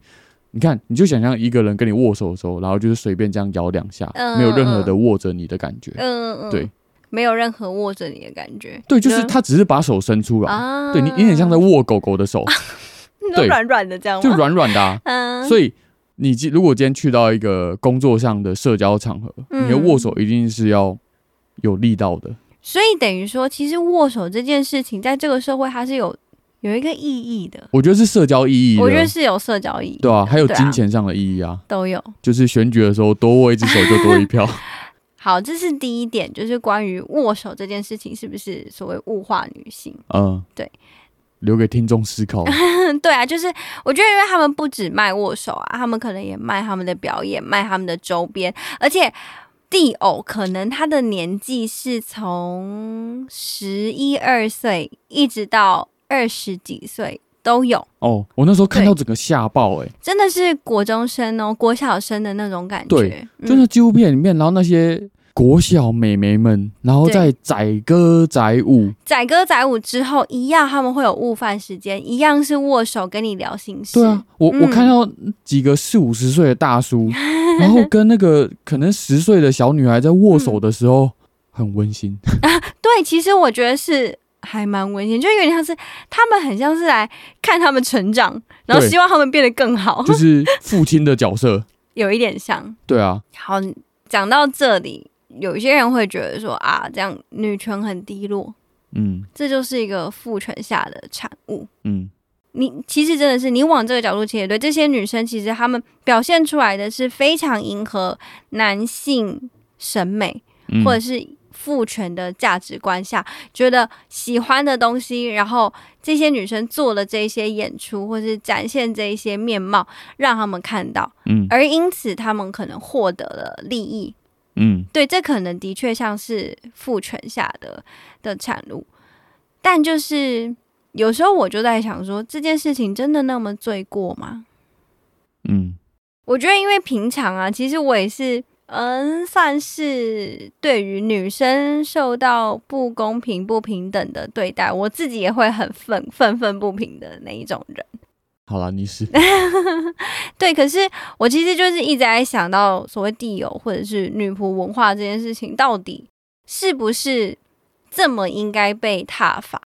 Speaker 1: 你看，你就想象一个人跟你握手的时候，然后就是随便这样摇两下，
Speaker 2: 嗯
Speaker 1: 没有任何的握着你的感觉。
Speaker 2: 嗯嗯，
Speaker 1: 对，
Speaker 2: 没有任何握着你的感觉，
Speaker 1: 对，就是他只是把手伸出来，
Speaker 2: 啊，
Speaker 1: 对你，你很像在握狗狗的
Speaker 2: (laughs)
Speaker 1: 手，
Speaker 2: 你都
Speaker 1: 对
Speaker 2: 软软的这样
Speaker 1: 就
Speaker 2: 吗？
Speaker 1: 软软的、啊。
Speaker 2: 嗯，
Speaker 1: 所以你今如果今天去到一个工作上的社交场合，
Speaker 2: 嗯
Speaker 1: 你的握手一定是要有力道的。
Speaker 2: 所以等于说，其实握手这件事情在这个社会它是有有一个意义的，
Speaker 1: 我觉得是社交意义的，
Speaker 2: 我觉得是有社交意义，
Speaker 1: 对啊，还有
Speaker 2: 对啊
Speaker 1: 金钱上的意义啊，
Speaker 2: 都有。
Speaker 1: 就是选举的时候多握一只手就多一票。
Speaker 2: 好，这是第一点，就是关于握手这件事情是不是所谓物化女性？
Speaker 1: 嗯，
Speaker 2: 对，
Speaker 1: 留给听众思
Speaker 2: (laughs)
Speaker 1: 考。
Speaker 2: 对啊，就是我觉得，因为他们不只卖握手啊，他们可能也卖他们的表演，卖他们的周边，而且地偶可能他的年纪是从十一二岁一直到二十几岁都有，
Speaker 1: 哦，我那时候看到整个吓爆、欸，
Speaker 2: 真的是国中生哦，国小生的那种感觉嗯
Speaker 1: 对，就那纪录片里面，然后那些。国小美眉们，然后
Speaker 2: 对
Speaker 1: 在载歌载舞，
Speaker 2: 载歌载舞之后，一样他们会有午饭时间，一样是握手跟你聊心事，
Speaker 1: 对啊，我、
Speaker 2: 嗯
Speaker 1: 我看到几个四五十岁的大
Speaker 2: (laughs)
Speaker 1: 叔，然后跟那个可能十岁的小女孩在握手的时候，
Speaker 2: 嗯
Speaker 1: 很温馨。
Speaker 2: 对，其实我觉得是还蛮温馨，就有点像是他们很像是来看他们成长，然后
Speaker 1: 对
Speaker 2: 希望他们变得更好。 (laughs)
Speaker 1: 就是父亲的角色，
Speaker 2: 有一点像。
Speaker 1: 对啊，
Speaker 2: 好，讲到这里，有一些人会觉得说啊，这样女权很低落，
Speaker 1: 嗯
Speaker 2: 这就是一个父权下的产物。
Speaker 1: 嗯，
Speaker 2: 你其实真的是，你往这个角度切，对这些女生，其实她们表现出来的是非常迎合男性审美，
Speaker 1: 嗯
Speaker 2: 或者是父权的价值观下，觉得喜欢的东西，然后这些女生做了这些演出，或是展现这一些面貌，让他们看到，
Speaker 1: 嗯
Speaker 2: 而因此他们可能获得了利益。
Speaker 1: 嗯
Speaker 2: 对，这可能的确像是父权下的的产物，但就是有时候我就在想说，这件事情真的那么罪过吗？
Speaker 1: 嗯
Speaker 2: 我觉得，因为平常啊，其实我也是，嗯，算是对于女生受到不公平、不平等的对待，我自己也会很愤愤愤不平的那一种人。
Speaker 1: 好啦，你是
Speaker 2: (laughs) 对，可是我其实就是一直在想到所谓地友或者是女仆文化这件事情，到底是不是这么应该被挞伐？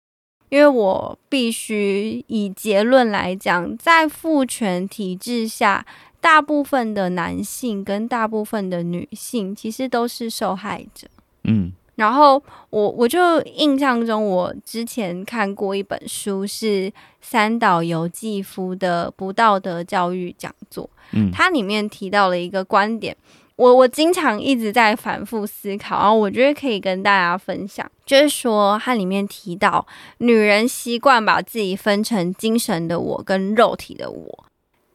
Speaker 2: 因为我必须以结论来讲，在父权体制下，大部分的男性跟大部分的女性其实都是受害者。
Speaker 1: 嗯
Speaker 2: 然后我我就印象中，我之前看过一本书是三岛由纪夫的《不道德教育讲座》，
Speaker 1: 嗯
Speaker 2: 它里面提到了一个观点，我我经常一直在反复思考，然后我觉得可以跟大家分享，就是说它里面提到，女人习惯把自己分成精神的我跟肉体的我。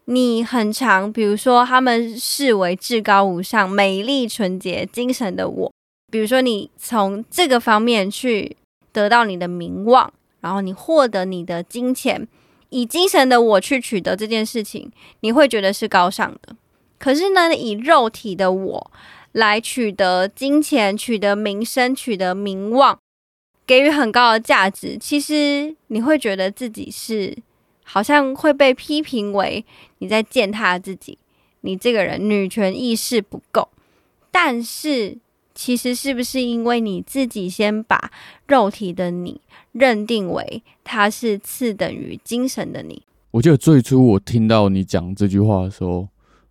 Speaker 2: 你很常，比如说，他们视为至高无上、美丽纯洁、精神的我，比如说你从这个方面去得到你的名望，然后你获得你的金钱，以精神的我去取得这件事情，你会觉得是高尚的。可是呢，以肉体的我来取得金钱、取得名声、取得名望，给予很高的价值，其实你会觉得自己是好像会被批评为你在践踏自己，你这个人女权意识不够。但是其实是不是因为你自己先把肉体的你认定为它是次等于精神的你？
Speaker 1: 我记得最初我听到你讲这句话的时候，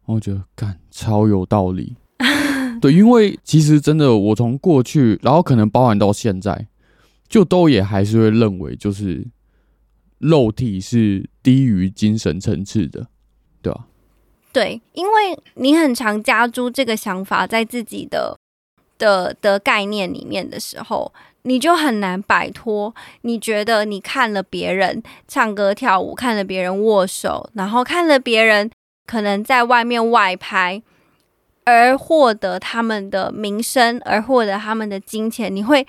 Speaker 1: 我觉得干超有道
Speaker 2: (laughs)
Speaker 1: 理。对，因为其实真的，我从过去，然后可能包含到现在，就都也还是会认为，就是肉体是低于精神层次的，对吧、
Speaker 2: 对，因为你很常加诸这个想法在自己的的的概念里面的时候，你就很难摆脱。你觉得你看了别人唱歌跳舞，看了别人握手，然后看了别人可能在外面外拍，而获得他们的名声，而获得他们的金钱，你会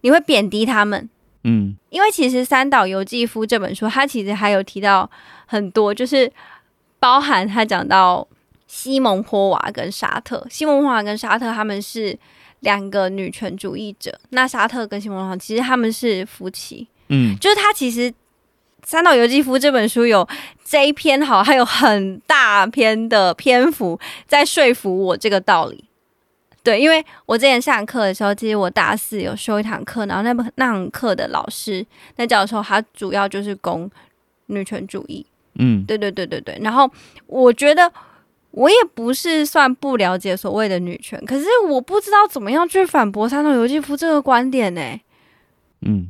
Speaker 2: 你会贬低他们。
Speaker 1: 嗯
Speaker 2: 因为其实三岛由纪夫这本书，他其实还有提到很多，就是包含他讲到西蒙波娃跟沙特，西蒙波娃跟沙特他们是两个女权主义者，那沙特跟西蒙波娃其实他们是夫妻，
Speaker 1: 嗯
Speaker 2: 就是他其实。三岛由纪夫这本书有这一篇好，还有很大篇的篇幅在说服我这个道理。对，因为我之前上课的时候，其实我大四有修一堂课，然后那本那堂课的老师，那教授他主要就是攻女权主义。
Speaker 1: 嗯
Speaker 2: 对对对对对。然后我觉得我也不是算不了解所谓的女权，可是我不知道怎么样去反驳三岛由纪夫这个观点呢、
Speaker 1: 嗯。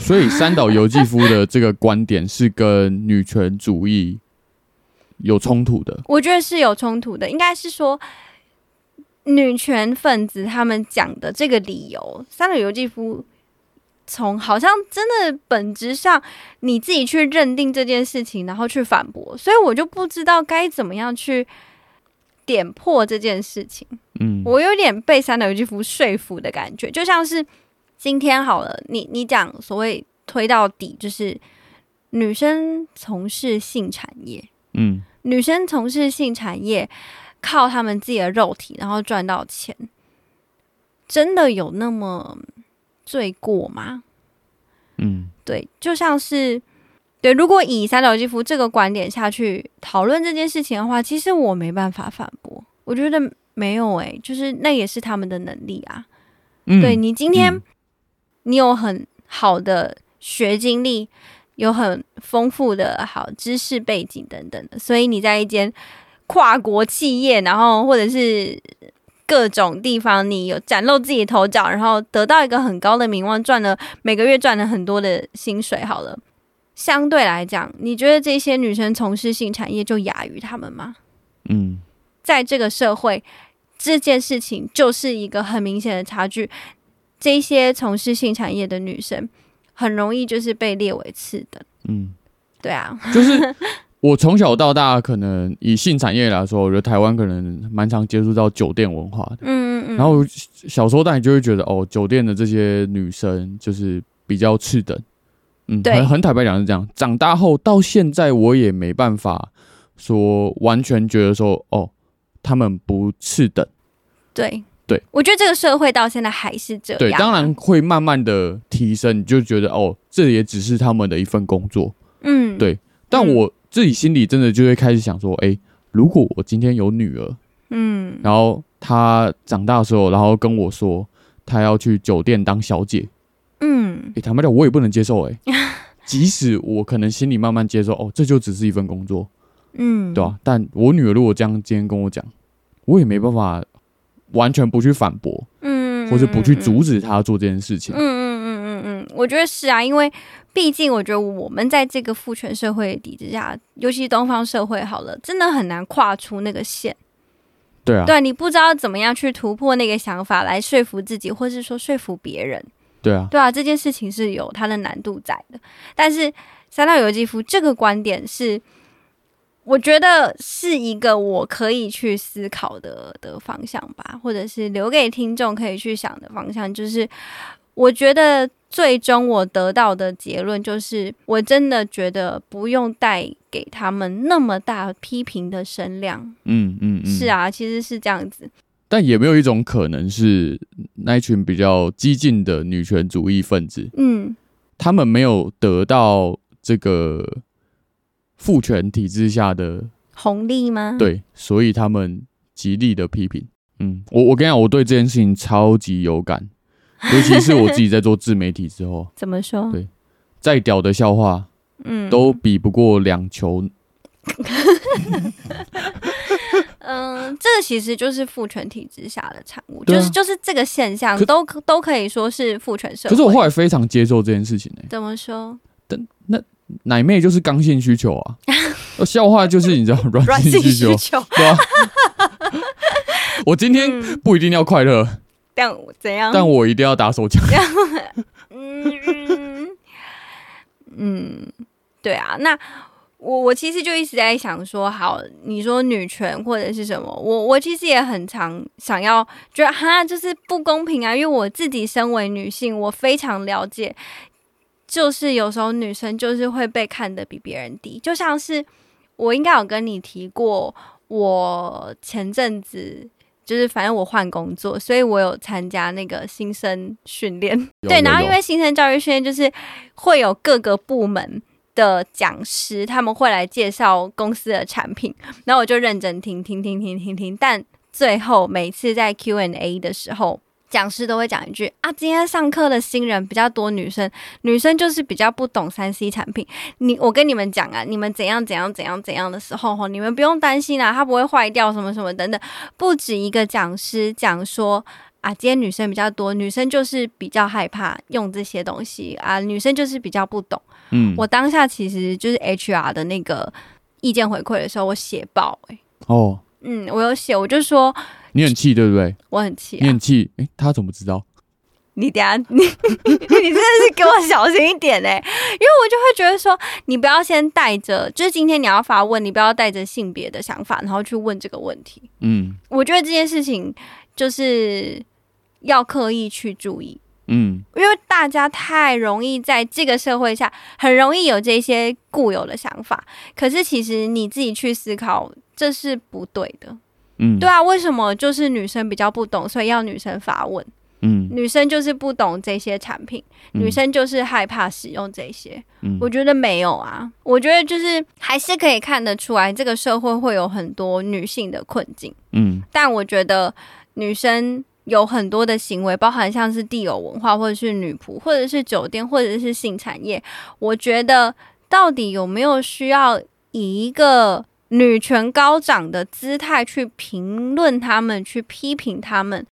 Speaker 1: 所以三岛由纪夫的这个观点是跟女权主义有冲突的。
Speaker 2: 我觉得是有冲突的，应该是说女权分子他们讲的这个理由，三岛由纪夫从好像真的本质上你自己去认定这件事情，然后去反驳，所以我就不知道该怎么样去点破这件事情。
Speaker 1: 嗯
Speaker 2: 我有点被三岛由纪夫说服的感觉，就像是今天好了，你你讲所谓推到底，就是女生从事性产业，
Speaker 1: 嗯
Speaker 2: 女生从事性产业，靠她们自己的肉体，然后赚到钱，真的有那么罪过吗？
Speaker 1: 嗯
Speaker 2: 对，就像是对，如果以三岛由纪夫这个观点下去讨论这件事情的话，其实我没办法反驳，我觉得没有诶、就是那也是他们的能力啊。
Speaker 1: 嗯，
Speaker 2: 对你今天
Speaker 1: 嗯
Speaker 2: 你有很好的学经历，有很丰富的好知识背景等等的，所以你在一间跨国企业，然后或者是各种地方，你有展露自己的头角，然后得到一个很高的名望，赚了每个月赚了很多的薪水。好了，相对来讲，你觉得这些女生从事性产业就亚于她们吗？
Speaker 1: 嗯，
Speaker 2: 在这个社会，这件事情就是一个很明显的差距。这些从事性产业的女生，很容易就是被列为次等。
Speaker 1: 嗯，
Speaker 2: 对啊，
Speaker 1: 就是我从小到大，可能以性产业来说，我觉得台湾可能蛮常接触到酒店文化的。
Speaker 2: 嗯嗯嗯。
Speaker 1: 然后小时候，当然就会觉得哦，酒店的这些女生就是比较次等。嗯，
Speaker 2: 对
Speaker 1: 很很坦白讲是这样。长大后到现在，我也没办法说完全觉得说哦，他们不次等。
Speaker 2: 对
Speaker 1: 对，
Speaker 2: 我觉得这个社会到现在还是这样。
Speaker 1: 对，当然，会慢慢的提升，你就觉得哦，这也只是他们的一份工作。
Speaker 2: 嗯，
Speaker 1: 对啊但
Speaker 2: 嗯
Speaker 1: 我自己心里真的就会开始想说，诶，如果我今天有女儿，
Speaker 2: 嗯，
Speaker 1: 然后她长大的时候，然后跟我说她要去酒店当小姐，
Speaker 2: 嗯，
Speaker 1: 诶，坦白讲，我也不能接受、
Speaker 2: (laughs)
Speaker 1: 诶，即使我可能心里慢慢接受，哦，这就只是一份工作，
Speaker 2: 嗯，
Speaker 1: 对吧、但我女儿如果这样今天跟我讲，我也没办法完全不去反驳，
Speaker 2: 嗯，嗯，
Speaker 1: 或者不去
Speaker 2: 嗯
Speaker 1: 阻止她做这件事情
Speaker 2: 嗯。嗯嗯嗯嗯，我觉得是啊，因为毕竟我觉得我们在这个父权社会的底之下，尤其东方社会好了，真的很难跨出那个线。
Speaker 1: 对啊，
Speaker 2: 对，你不知道怎么样去突破那个想法来说服自己，或是说说服别人。
Speaker 1: 对啊，
Speaker 2: 对啊，这件事情是有它的难度在的。但是三岛由纪夫这个观点是，我觉得是一个我可以去思考的的方向吧，或者是留给听众可以去想的方向。就是我觉得最终我得到的结论就是，我真的觉得不用带给他们那么大批评的声量。
Speaker 1: 嗯嗯嗯，
Speaker 2: 是啊，其实是这样子。
Speaker 1: 但也没有一种可能是那一群比较激进的女权主义分子，
Speaker 2: 嗯
Speaker 1: 他们没有得到这个父权体制下的
Speaker 2: 红利吗？，
Speaker 1: 对，所以他们极力的批评。嗯，我我跟你讲，我对这件事情超级有
Speaker 2: (laughs)
Speaker 1: 感，尤其是我自己在做自媒体之后，
Speaker 2: 怎么说？
Speaker 1: 对再屌的笑话
Speaker 2: 嗯，
Speaker 1: 都比不过两球。
Speaker 2: 嗯，这个其实就是父权体制下的产物，
Speaker 1: 对啊
Speaker 2: 就是就是这个现象
Speaker 1: 可
Speaker 2: 都可都可以说是父权社会。
Speaker 1: 可是我后来非常接受这件事情呢、
Speaker 2: 怎么说？
Speaker 1: 奶妹就是刚性需求
Speaker 2: (laughs)
Speaker 1: 啊，呃笑话就是 (laughs) 你知道软性需求，
Speaker 2: 求，
Speaker 1: 对啊， (laughs) 我今天
Speaker 2: 嗯，
Speaker 1: 不一定要快乐，
Speaker 2: 但怎样？
Speaker 1: 但我一定要打手枪。
Speaker 2: (laughs) 嗯嗯，对啊，那。我我其实就一直在想说，好，你说女权或者是什么，我我其实也很常想要觉得哈，就是不公平啊，因为我自己身为女性，我非常了解，就是有时候女生就是会被看得比别人低，就像是我应该有跟你提过，我前阵子就是反正我换工作，所以我有参加那个新生训练，
Speaker 1: 有
Speaker 2: 对，
Speaker 1: 有
Speaker 2: 然后因
Speaker 1: 有
Speaker 2: 为新生教育训练就是会有各个部门的讲师，他们会来介绍公司的产品，然后我就认真听听听听听听，但最后每次在 Q&A 的时候。讲师都会讲一句啊，今天上课的新人比较多，女生女生就是比较不懂三 C 产品。你我跟你们讲啊，你们怎样怎样怎样怎样的时候，吼，你们不用担心啊，它不会坏掉什么什么等等。不止一个讲师讲说，啊，今天女生比较多，女生就是比较害怕用这些东西啊，女生就是比较不懂。
Speaker 1: 嗯，
Speaker 2: 我当下其实就是 HR 的那个意见回馈的时候，我写爆哎、欸
Speaker 1: 哦，
Speaker 2: 嗯，我有写，我就说
Speaker 1: 你很气对不对？
Speaker 2: 我很气、
Speaker 1: 你
Speaker 2: 啊
Speaker 1: 很，气，诶，他怎么知道？
Speaker 2: 你等下你 (laughs) 你真的是给我小心一点哎、欸因为我就会觉得说，你不要先带着，就是今天你要发问，你不要带着性别的想法，然后去问这个问题。
Speaker 1: 嗯
Speaker 2: 我觉得这件事情就是要刻意去注意，
Speaker 1: 嗯，
Speaker 2: 因为大家太容易在这个社会下，很容易有这些固有的想法。可是其实你自己去思考，这是不对的。
Speaker 1: 嗯，
Speaker 2: 对啊，为什么就是女生比较不懂，所以要女生发问？
Speaker 1: 嗯，
Speaker 2: 女生就是不懂这些产品，
Speaker 1: 嗯
Speaker 2: 女，生就是害怕使用这些。
Speaker 1: 嗯
Speaker 2: 我觉得没有啊，我觉得就是还是可以看得出来，这个社会会有很多女性的困境。
Speaker 1: 嗯
Speaker 2: 但我觉得女生有很多的行为，包含像是地有文化，或者是女仆，或者是酒店，或者是性产业，我觉得到底有没有需要以一个女权高涨的姿态去评论他们，去批评他们。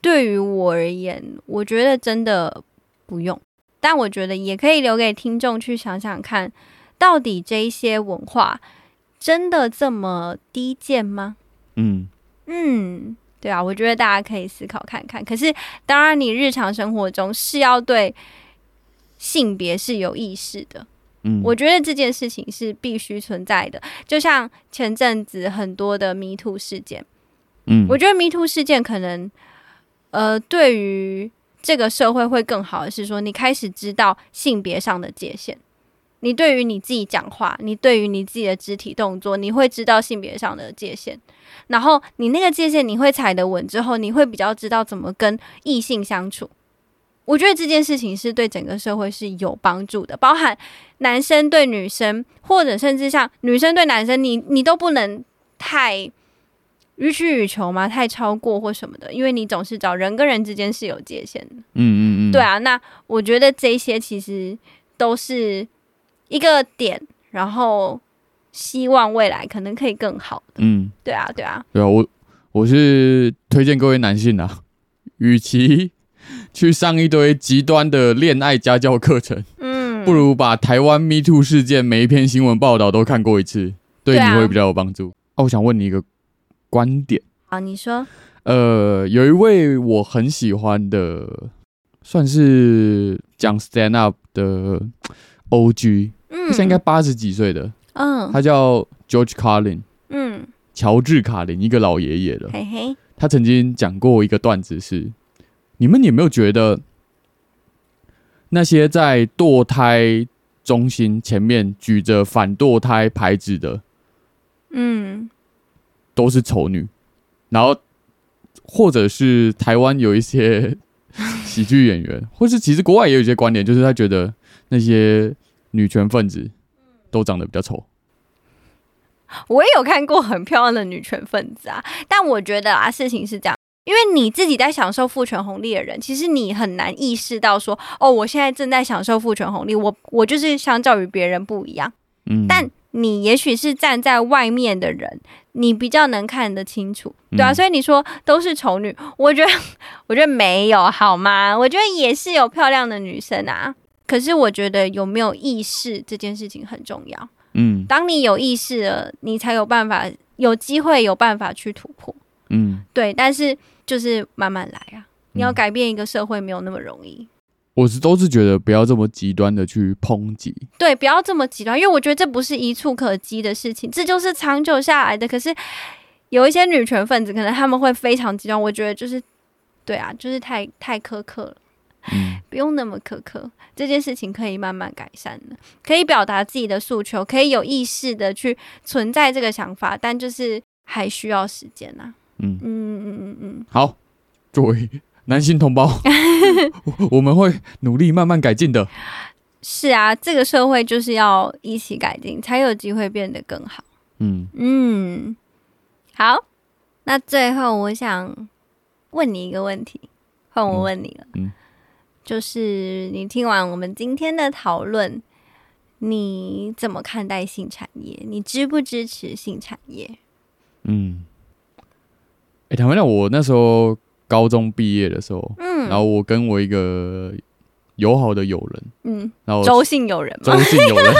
Speaker 2: 对于我而言，我觉得真的不用，但我觉得也可以留给听众去想想看，到底这一些文化真的这么低贱吗？
Speaker 1: 嗯，
Speaker 2: 嗯，对啊，我觉得大家可以思考看看。可是，当然，你日常生活中是要对性别是有意识的。
Speaker 1: 嗯，
Speaker 2: 我觉得这件事情是必须存在的。就像前阵子很多的迷途事件，
Speaker 1: 嗯，
Speaker 2: 我觉得迷途事件可能，呃，对于这个社会会更好的是说，你开始知道性别上的界限。你对于你自己讲话，你对于你自己的肢体动作，你会知道性别上的界限，然后你那个界限你会踩得稳之后，你会比较知道怎么跟异性相处。我觉得这件事情是对整个社会是有帮助的，包含男生对女生，或者甚至像女生对男生，你你都不能太予取予求嘛，太超过或什么的，因为你总是找人跟人之间是有界限的。
Speaker 1: 嗯嗯嗯，
Speaker 2: 对，啊，那我觉得这些其实都是一个点，然后希望未来可能可以更好的。
Speaker 1: 嗯，
Speaker 2: 对啊，对啊，
Speaker 1: 对啊，我我是推荐各位男性啊， (laughs) 与其 (laughs) 去上一堆极端的恋爱家教课程，
Speaker 2: 嗯，
Speaker 1: 不如把台湾 Me Too 事件每一篇新闻报道都看过一次，对
Speaker 2: 对啊
Speaker 1: 你会比较有帮助。哦，我想问你一个观点，
Speaker 2: 好，你说，
Speaker 1: 呃，有一位我很喜欢的，算是讲 Stand Up 的 OG，他
Speaker 2: 嗯，
Speaker 1: 现在应该，八十几岁的，
Speaker 2: 嗯
Speaker 1: 他叫 George Carlin，
Speaker 2: 嗯，
Speaker 1: 乔治卡林，一个老爷爷了。
Speaker 2: 嘿嘿，
Speaker 1: 他曾经讲过一个段子是：你们有没有觉得那些在堕胎中心前面举着反堕胎牌子的
Speaker 2: 嗯
Speaker 1: 都是丑女？然后，或者是台湾有一些 (laughs) 喜剧演员，或是其实国外也有一些观点，就是他觉得那些女权分子都长得比较丑。
Speaker 2: 我也有看过很漂亮的女权分子啊，但我觉得啊，事情是这样。因为你自己在享受父权红利的人，其实你很难意识到说，哦，我现在正在享受父权红利，我我就是相较于别人不一样。
Speaker 1: 嗯，
Speaker 2: 但你也许是站在外面的人，你比较能看得清楚，对啊，
Speaker 1: 嗯
Speaker 2: 所以你说都是丑女，我觉得我觉得没有好吗？我觉得也是有漂亮的女生啊，可是我觉得有没有意识这件事情很重要。
Speaker 1: 嗯
Speaker 2: 当你有意识了，你才有办法有机会有办法去突破，
Speaker 1: 嗯，
Speaker 2: 对。但是就是慢慢来啊，你要
Speaker 1: 嗯
Speaker 2: 改变一个社会没有那么容易。
Speaker 1: 我是都是觉得不要这么极端的去抨击。
Speaker 2: 对，不要这么极端，因为我觉得这不是一触可及的事情，这就是长久下来的。可是有一些女权分子，可能他们会非常极端，我觉得就是，对啊，就是太太苛刻了，
Speaker 1: 嗯。
Speaker 2: 不用那么苛刻。这件事情可以慢慢改善的，可以表达自己的诉求，可以有意识的去存在这个想法，但就是还需要时间啊。
Speaker 1: 嗯
Speaker 2: 嗯嗯嗯嗯，
Speaker 1: 好，作为男性同胞，我我们会努力慢慢改进的。
Speaker 2: 是啊，这个社会就是要一起改进，才有机会变得更好。
Speaker 1: 嗯，
Speaker 2: 嗯，好，那最后我想问你一个问题，换我问你了，
Speaker 1: 嗯嗯
Speaker 2: 就是你听完我们今天的讨论，你怎么看待性产业？你支不支持性产业？
Speaker 1: 嗯，哎、坦白讲，我那时候高中毕业的时候，
Speaker 2: 嗯
Speaker 1: 然后我跟我一个友好的友人，
Speaker 2: 嗯，
Speaker 1: 然后
Speaker 2: 周姓
Speaker 1: (laughs)
Speaker 2: 友人 (laughs) 吗
Speaker 1: 周？姓友人，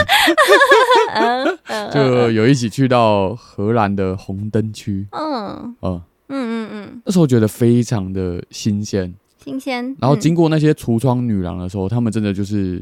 Speaker 2: 嗯嗯
Speaker 1: 就有一起去到荷兰的红灯区，
Speaker 2: 嗯
Speaker 1: 嗯，
Speaker 2: 嗯嗯嗯，
Speaker 1: 那时候觉得非常的新鲜。
Speaker 2: 新鲜。
Speaker 1: 然后
Speaker 2: 嗯
Speaker 1: 经过那些橱窗女郎的时候，她们真的就是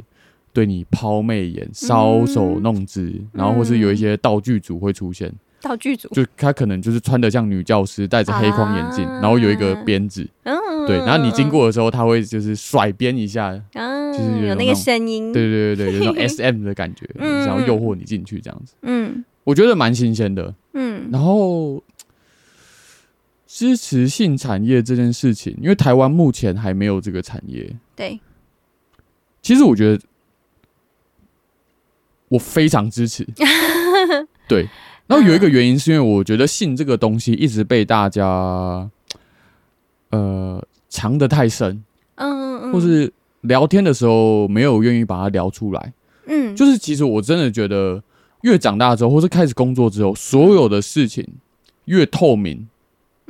Speaker 1: 对你抛媚眼、搔首弄姿，
Speaker 2: 嗯
Speaker 1: 然后或是有一些道具组会出现，
Speaker 2: 到剧组，
Speaker 1: 就她可能就是穿的像女教师，戴着黑框眼镜，
Speaker 2: 啊
Speaker 1: 然后有一个鞭子，
Speaker 2: 嗯，
Speaker 1: 对，
Speaker 2: 嗯
Speaker 1: 然后你经，过的时候，她会就是甩鞭一下，
Speaker 2: 嗯，
Speaker 1: 就是有
Speaker 2: 嗯有那
Speaker 1: 那
Speaker 2: 个
Speaker 1: 种
Speaker 2: 声音，
Speaker 1: 对，对对对，
Speaker 2: (laughs)
Speaker 1: 有种 S M 的感觉，
Speaker 2: 嗯
Speaker 1: 想要诱惑你进去这样子，
Speaker 2: 嗯
Speaker 1: 我觉得蛮新鲜的。
Speaker 2: 嗯
Speaker 1: 然后支持性产业这件事情，因为台湾目前还没有这个产业，
Speaker 2: 对，
Speaker 1: 其实我觉得我非常支
Speaker 2: (laughs)
Speaker 1: 持，对。然后有一个原因是因为我觉得性这个东西一直被大家呃藏得太深，
Speaker 2: 嗯嗯嗯，
Speaker 1: 或是聊天的时候没有愿意把它聊出来。
Speaker 2: 嗯
Speaker 1: 就是其实我真的觉得越长大之后，或是开始工作之后，所有的事情越透明，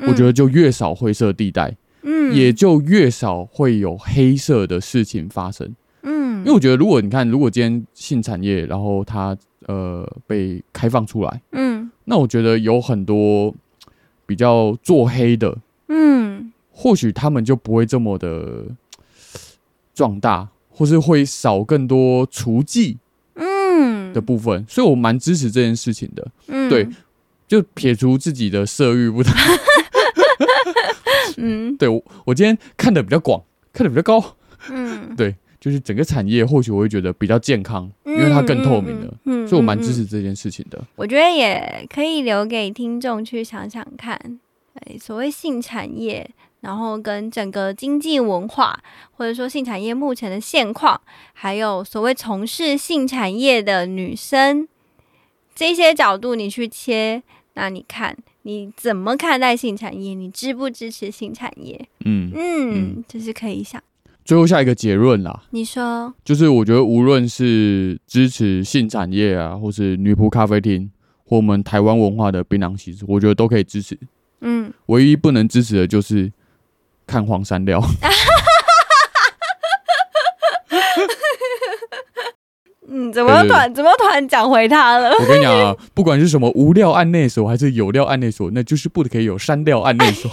Speaker 1: 我觉得就越少灰色地带，
Speaker 2: 嗯，
Speaker 1: 也就越少会有黑色的事情发生。
Speaker 2: 嗯
Speaker 1: 因为我觉得，如果你看，如果今天性产业，然后它呃被开放出来，
Speaker 2: 嗯
Speaker 1: 那我觉得有很多比较做黑的，
Speaker 2: 嗯
Speaker 1: 或许他们就不会这么的壮大，或是会少更多除迹
Speaker 2: 嗯
Speaker 1: 的部分。所以我蛮支持这件事情的，
Speaker 2: 嗯
Speaker 1: 对就撇除自己的色欲不谈。
Speaker 2: 嗯
Speaker 1: 对我， (laughs) 我今天看的比较广，看的比较高，
Speaker 2: 嗯，
Speaker 1: 就是整个产业，或许我会觉得比较健康，因为它更透明了。
Speaker 2: 嗯，嗯
Speaker 1: 所以我蛮支。
Speaker 2: 嗯嗯
Speaker 1: 持这件事情的。
Speaker 2: 我觉得也可以留给听众去想想看，哎，所谓性产业，然后跟整个经济文化，或者说性产业目前的现况，还有所谓从事性产业的女生，这些角度你去切，那你看你怎么看待性产业？你支不支持性产业？
Speaker 1: 嗯，
Speaker 2: 嗯
Speaker 1: 嗯，
Speaker 2: 这是可以想。
Speaker 1: 最后下一个结论啦，
Speaker 2: 你说，
Speaker 1: 就是我觉得无论是支持性产业啊，或是女仆咖啡厅，或我们台湾文化的槟榔西施，我觉得都可以支持。
Speaker 2: 嗯，
Speaker 1: 唯一不能支持的就是看黄山料。
Speaker 2: 嗯，怎么
Speaker 1: 对对对
Speaker 2: 突然怎么突然讲回他了？
Speaker 1: 我跟你讲啊，不管是什么无料案内所还是有料案内所，那就是不可以有山料案内所。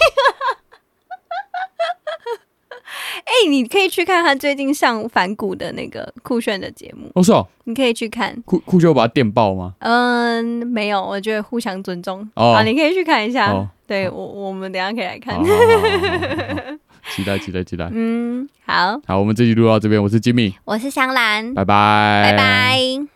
Speaker 2: 哎、你可以去看他最近上反骨的那个酷炫的节目，
Speaker 1: 哦，是哦，
Speaker 2: 你可以去看。
Speaker 1: 酷酷就把它电爆吗？
Speaker 2: 嗯，没有，我觉得互相尊重。
Speaker 1: 哦
Speaker 2: 啊，你可以去看一下。
Speaker 1: 哦
Speaker 2: 对我，我们等一下可以来看。
Speaker 1: 好好好好好好期待期待期待。
Speaker 2: 嗯，好，
Speaker 1: 好，我们这期录到这边，我是吉米，
Speaker 2: 我是香兰，
Speaker 1: 拜拜，
Speaker 2: 拜拜